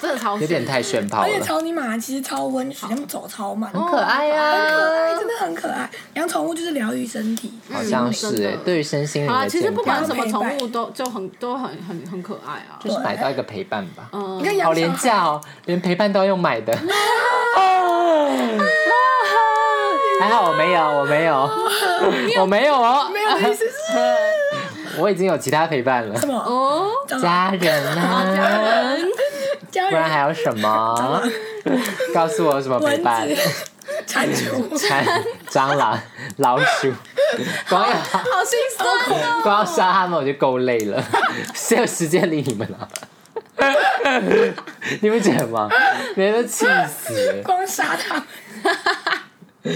D: 真的超
A: 有点
D: 炫
A: 太炫炮
B: 而且
A: 了，
B: 草泥马其实超温驯，它们走超慢，
D: 哦
B: 哦
A: 很可爱啊呀、
B: 很可爱，真的很可爱。养宠物就是疗愈身体，
A: 好像
D: 真
A: 是
D: 的
A: 哎、对于身心灵
D: 嗯好啦，
A: 的
D: 其实
A: 健
D: 不管
A: 康
D: 什，么宠物都就很都很很很可爱啊。
A: 就是买到一个陪伴吧。
D: 嗯
B: 你看
A: 好
B: 养小
A: 廉
B: 孩，
A: 价哦，连陪伴都要用买
D: *laughs* 啊
A: 的。 *laughs* 还好我没有，我没有，我没有哦，
B: 没有的意思是
A: *laughs* 我已经有其他陪伴了
B: 什，么？
D: 哦，
A: 家人
D: 家
A: 啊，
D: 人，
B: 家
A: 不然还
B: 人、
A: 有什
D: *laughs*
A: 么？告诉我有什么陪
B: 蚊
A: 伴？
B: 子、 *laughs* 蟾蜍，
A: 蝉、 *laughs* 蟑螂、老
D: *laughs*
A: 鼠，光要
D: 好心酸哦。
A: 光要杀它们我就够累
D: *laughs*
A: 了，谁有时间理你们啊？ *laughs* 你不觉得吗？人都气死了。
B: 光杀它们，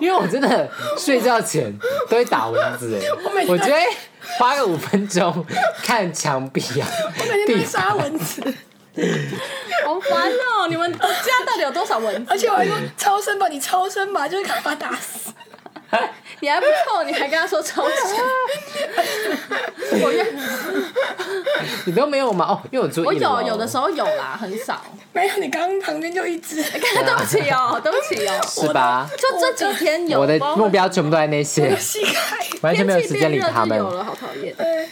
A: 因为我真的睡觉前都会打蚊子哎，
B: 我每
A: 我
B: 天
A: 觉
B: 都
A: 得花个五分钟看墙壁啊，
B: 我每天都
A: 地
B: 会杀蚊子，
D: 好烦哦！你们家到底有多少蚊子？
B: 而且我还说超生吧，你超生吧， *laughs* 就是赶快把它打死。
D: 你还不够，你还跟他说超级。我愿
A: 你都没有吗？哦，因为我住
D: 我
A: 一楼，
D: 有有的时候有啦，很少。哎
B: 没有，你刚刚旁边就一只，
A: 啊
D: 对不起哦，对不起哦，
A: 是吧？
D: 就这
A: *laughs*
D: 几天有。
A: 我的
D: 不知道为
A: 目标全部都在那些，
B: 膝盖。
A: 完全没有
D: 天
A: 时
D: 气
A: 间
D: 变
A: 理
D: 热
A: 他
D: 就
A: 们。
D: 有了，好讨厌。
B: 对，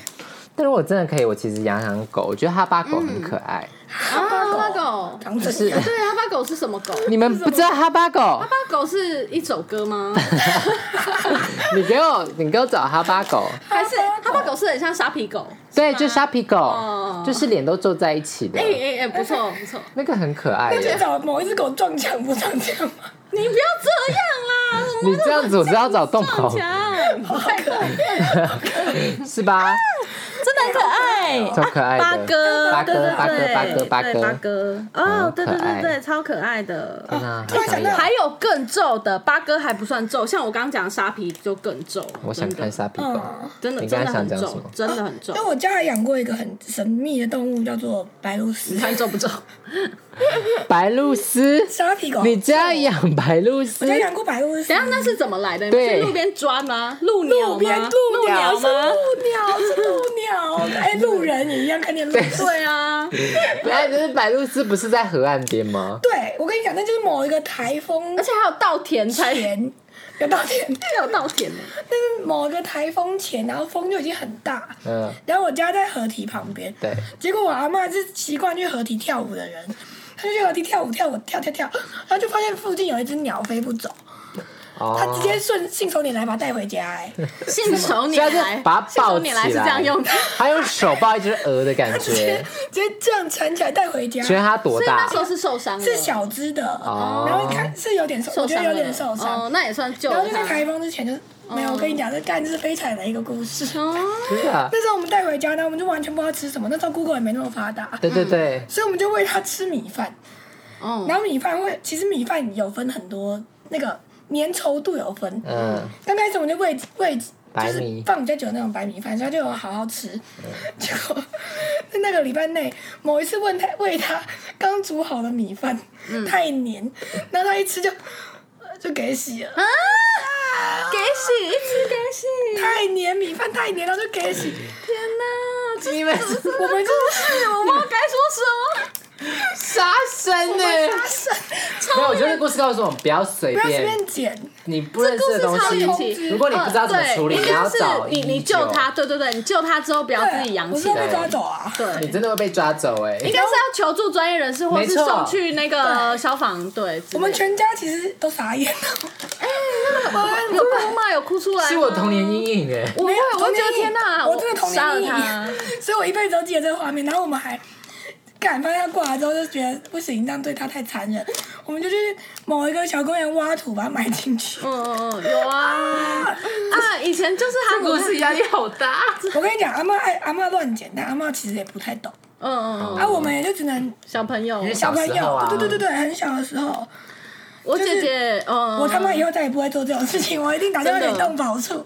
A: 但如果真的可以，我其实养养狗，我觉得哈巴狗很可爱。
D: 啊，哈巴狗，
B: 长
A: 就
B: 怎
A: 是
B: 样？
D: 对，哈巴狗是什么狗？
A: 你们不知道哈巴狗
D: 哈？巴嗯狗是一首歌 *laughs* 吗？
A: 你给我，你给我找哈巴狗。
D: 还是哈巴狗是很像沙皮狗？
A: 对，就沙皮狗
D: 哦，
A: 就是脸都皱在一起的
D: 哎，哎哎，不错不错，
A: 那个很可爱
B: 那就
A: 耶。
B: 找某一只狗撞墙，不撞墙
D: *laughs*
B: 吗？
D: 你不要这样啦！什么
A: 你这样子，我知道找动保
D: 撞墙，太可爱，
A: *laughs* 是吧？
D: *laughs* 真的很可爱。
A: 超可爱的
D: 八哥，
A: 八哥
D: 对对
A: 八哥
D: 对
A: 八哥八哥
D: 对八哥，哦，对对
A: 很可爱嗯
D: 对对，超可爱的。
A: 天哪
B: 突然想到
A: 好想养
D: 还有更皱的，八哥还不算皱，像我刚刚讲的沙皮就更皱。
A: 我想看沙皮狗。
B: 嗯，
D: 真的，
A: 你
D: 真
A: 刚
D: 的
A: 才
D: 真的
A: 想讲
D: 很
A: 什
D: 皱
A: 么，
D: 真的很皱
B: *laughs* 因。为我家还养过一个很神秘的动物，叫做白鹭
D: 你
B: 鸶，
D: 看皱不皱？
A: 白露丝，
B: 沙皮狗。
A: 你家养白露丝
B: 我？家养过白鹭
D: *laughs* 等一
B: 鸶
D: 下，那是怎么来的？你们
A: 对
D: 去路边抓吗？路鸟吗？
B: 路边
D: 路
B: 鸟是
D: 吗？
B: 路鸟，是路鸟，哎，路人也一样看见路。
D: 对啊，
A: 哎，可是白露丝不是在河岸边
B: *laughs*
A: 吗？
B: 对，我跟你讲，那就是某一个台风
D: 而且还有稻田才
B: 前，有稻田，
D: 还有稻田呢。
B: 那是某一个台风前，然后风就已经很大。
A: 嗯，
B: 然后我家在河堤旁边，
A: 对，
B: 结果我阿嬷是习惯去河堤跳舞的人，她就去河堤跳舞跳舞跳跳跳，然后就发现附近有一只鸟飞不走，她
A: 哦
B: 直，接顺信手拈来把它带回家、哎，
D: 信手
A: 所以
D: 拈
A: 他就
D: 来，
A: 把它
D: 信
A: 抱
D: 手
A: 起
D: 拈来是这样用的。
A: 他用手抱一只鹅的感
B: *laughs* *laughs* 直接
A: 觉。
B: 直接这样缠起来带回家，
A: 觉得它多
D: 所以
A: 大
D: 那？时候是受伤的，
B: 是小只的，
A: 哦
B: 然后看是有点受，
D: 受
B: 我觉
D: 伤
B: 得
D: 了
B: 有点受伤，
D: 哦，那也算救
B: 然
D: 了
B: 后就在台
D: 它。
B: 风之前就没有，我跟你讲，这干这是悲惨的一个故事。
D: 哦，
A: 真的啊？
B: 那时候我们带回家呢，我们就完全不知道吃什么，那时候 Google 也没那么发达，
A: 对对嗯对，
B: 所以我们就喂它吃米饭。
D: 哦，
B: 然后米饭会，其实米饭有分很多，那个粘稠度有分。
A: 嗯，
B: 刚开始我们就喂喂，就
A: 白
B: 是
A: 米
B: 放比较久的那种白米饭，所以他就有好好吃。结果在那个礼拜内，某一次问他喂他刚煮好的米饭、
D: 嗯
B: 太黏，然后他一吃就呃就给洗了，
D: 啊给洗，一直给洗，
B: 太黏米饭太黏，然后就给洗。
D: 天哪！这
A: 你们
B: 我们就是
D: 是我不知道该说什么，
A: *laughs* 杀生呢？
B: 发生，
A: 没有，我觉得故事告诉我们不要随
B: 不要随
A: 便
B: 便捡，
A: 你不认识的
D: 这
A: 东
D: 故事超神
A: 西，
D: 奇
A: 如果你不知道怎么
D: 嗯对
A: 处理，
D: 应
A: 你
D: 该
A: 要
D: 是
A: 找
D: 你你
A: 119
D: 救它，，对对对，你救它之后不要自己养
B: 我
D: 起
B: 是要
D: 来，
B: 被抓走啊！
A: 你
D: 对。
A: 真的会被抓走哎。
D: 应该是要求助专业人士，或者是
A: 没错
D: 送去那个消防队之类的。
B: 我们全家其实都傻眼
D: *laughs*
B: 了，
D: 哎有哭吗？有哭出来吗？
A: 是我童年阴影哎。
D: 我会，
B: 有
D: 我会觉
B: 童年
D: 得天哪！
B: 我真的童
D: 杀
B: 年
D: 了
B: 阴影
D: 他，
B: *laughs* 所以我一辈子都记得这个画面。然后我们还赶发现他挂了之后，就觉得不行，这样对他太残忍，我们就去某一个小公园挖土把它埋进去。
D: 嗯嗯嗯，有啊啊！以前就是他
A: 故事压力好大，
B: 我跟你讲，阿妈爱阿妈乱捡，但阿妈其实也不太懂，
D: 嗯嗯嗯，
B: 啊，我们也就只能
D: 小朋友，
B: 小朋
A: 小时候
B: 友，
A: 啊
B: 对对对对，很小的时候，
D: 我姐姐，嗯，
B: 我他妈以后再也不会做这种事情，我一定打电话给
D: 真的
B: 动保处，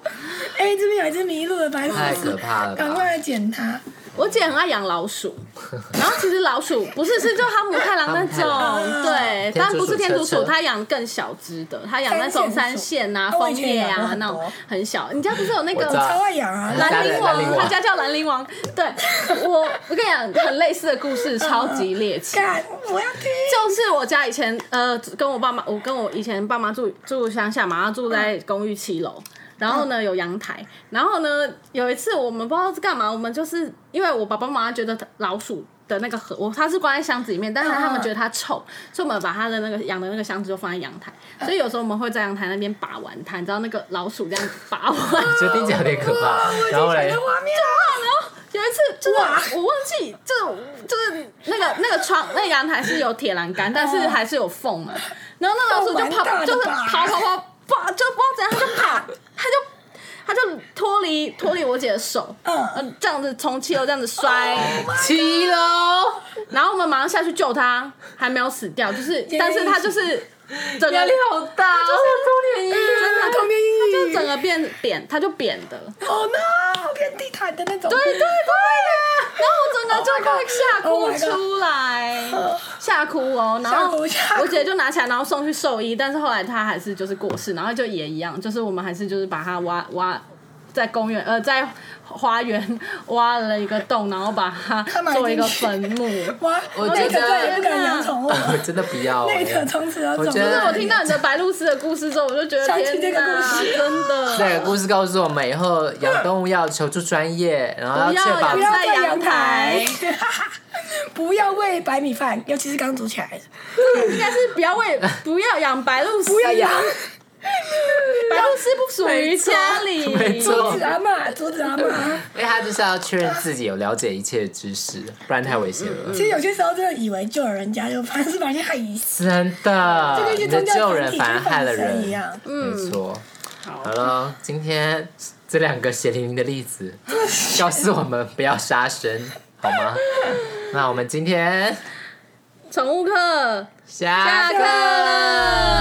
B: 哎，这边有一只迷路的白
A: 太
B: 鹭
A: 可
B: 鸶，
A: 怕了
B: 赶
A: 吧？
B: 快来捡它。
D: 我姐很爱养老鼠， *laughs* 然后其实老鼠不是是就哈姆太郎那
A: 哈
B: 姆
D: 种，
B: 太郎
D: 对，
A: 啊天竺鼠
D: 但不是天竺
A: 车
D: 鼠，
A: 车
D: 她养更小只的，她养那种
B: 三
D: 三
B: 线
D: 线啊、
B: 哦我
D: 枫
B: 以前
D: 叶
B: 养过
D: 啊
B: 很
D: 那种
B: 多
D: 很小。你家不是有那
A: 我知道
D: 个
B: 超爱养啊！
A: 来
D: 兰陵
A: 兰陵
D: 王，
A: 王
D: *laughs* 他家叫兰陵王。对我，我跟你讲，很类似的故事，超级猎奇。
B: 干，我要听。
D: 就是我家以前呃，跟我爸妈，我跟我以前爸妈住住乡下嘛，然后住在公寓七楼，然后呢有阳台，然后呢有一次我们不知道是干嘛，我们就是因为我爸爸妈妈觉得老鼠。的那个盒，我它是关在箱子里面，但是他们觉得它臭，所以我们把它的那个养的那个箱子就放在阳台，所以有时候我们会在阳台那边把玩它，你知道那个老鼠这样拔玩，
A: *laughs* 觉得听起来有点可怕。然后嘞
B: 这，画面啊
D: 有一次，就是我忘记，就是就是那个那个窗那个阳台是有铁栏杆，但
B: 哦
D: 是还是有缝嘛。然后那老鼠就
B: 蛮大
D: 跑，
B: 的
D: 就是
B: 吧
D: 跑跑跑跑，就不知道怎样，它就跑，它就它就脱离脱离我姐的手，
B: 嗯哦
D: 嗯，这样子从七楼这样子摔
B: my
D: 七楼，
B: 哦
D: 然后我们马上下去救它，还没有死掉，就是但是它就是整个
A: 压力好大，
D: 就是
A: 童年
D: 真的
B: 童年阴
D: 它
B: 影
D: 就整个变扁，它就扁的。
B: ，Oh no，跟地毯的那种。
D: 对对对呀、然后我整个
B: Oh my
D: 就
B: God.
D: 快吓
B: Oh
D: 哭
B: my God.
D: 出来，吓哭哦。然后
B: 吓哭
D: 我姐就拿起来，然后送去兽医，但是后来她还是就是过世，然后就也一样，就是我们还是就是把它挖挖。在公园，呃，在花园挖了一个洞，然后把它
B: 它埋进去
D: 做一个坟
B: *laughs*
D: 墓。
B: 哇，
A: 我
B: 那
A: 觉
B: 个
A: 得
B: 再也不敢养宠
A: *laughs*
B: 物，
A: 我真的不要哎、
B: *laughs* 那个从此而
A: 我
B: 走。
A: 觉
D: 就是
A: 得
D: 我听到你的白鹭鸶的故事之后，我就觉得
B: 想起
D: 天
B: 这个
D: 哪
B: 故，事
D: 真的
A: 这个故事告诉我们，以后养动物要求助专业，然后
D: 不要
A: 确保
D: 养
B: 不要
D: 在
B: 在
D: 阳
B: 阳台
D: 台，
B: *laughs* 不要喂白米饭，尤其是刚煮起来的，
D: 应该是不要喂，不要养白鹭鸶，
B: 不要养。
D: 白鹭鸶不属于家里，
A: 没错
B: 阻止阿妈，阻止阿妈。
A: 因为他就是要确认自己有了解一切知识，不然太危险了。
B: 其实有些时候真的以为救了人家，就反而是把人家害死。
A: 真的，
B: 就跟
A: 你
B: 去
A: 的
B: 宗
A: 救
B: 教
A: 人
B: 团体
A: 反而害了
B: 去放生
A: 人
B: 一样，
A: 没错。
D: 好
A: 好了，今天这两个血淋淋的例子，告诉我们不要杀生，好吗？那我们今天
D: 宠物课
A: 下
D: 下课了。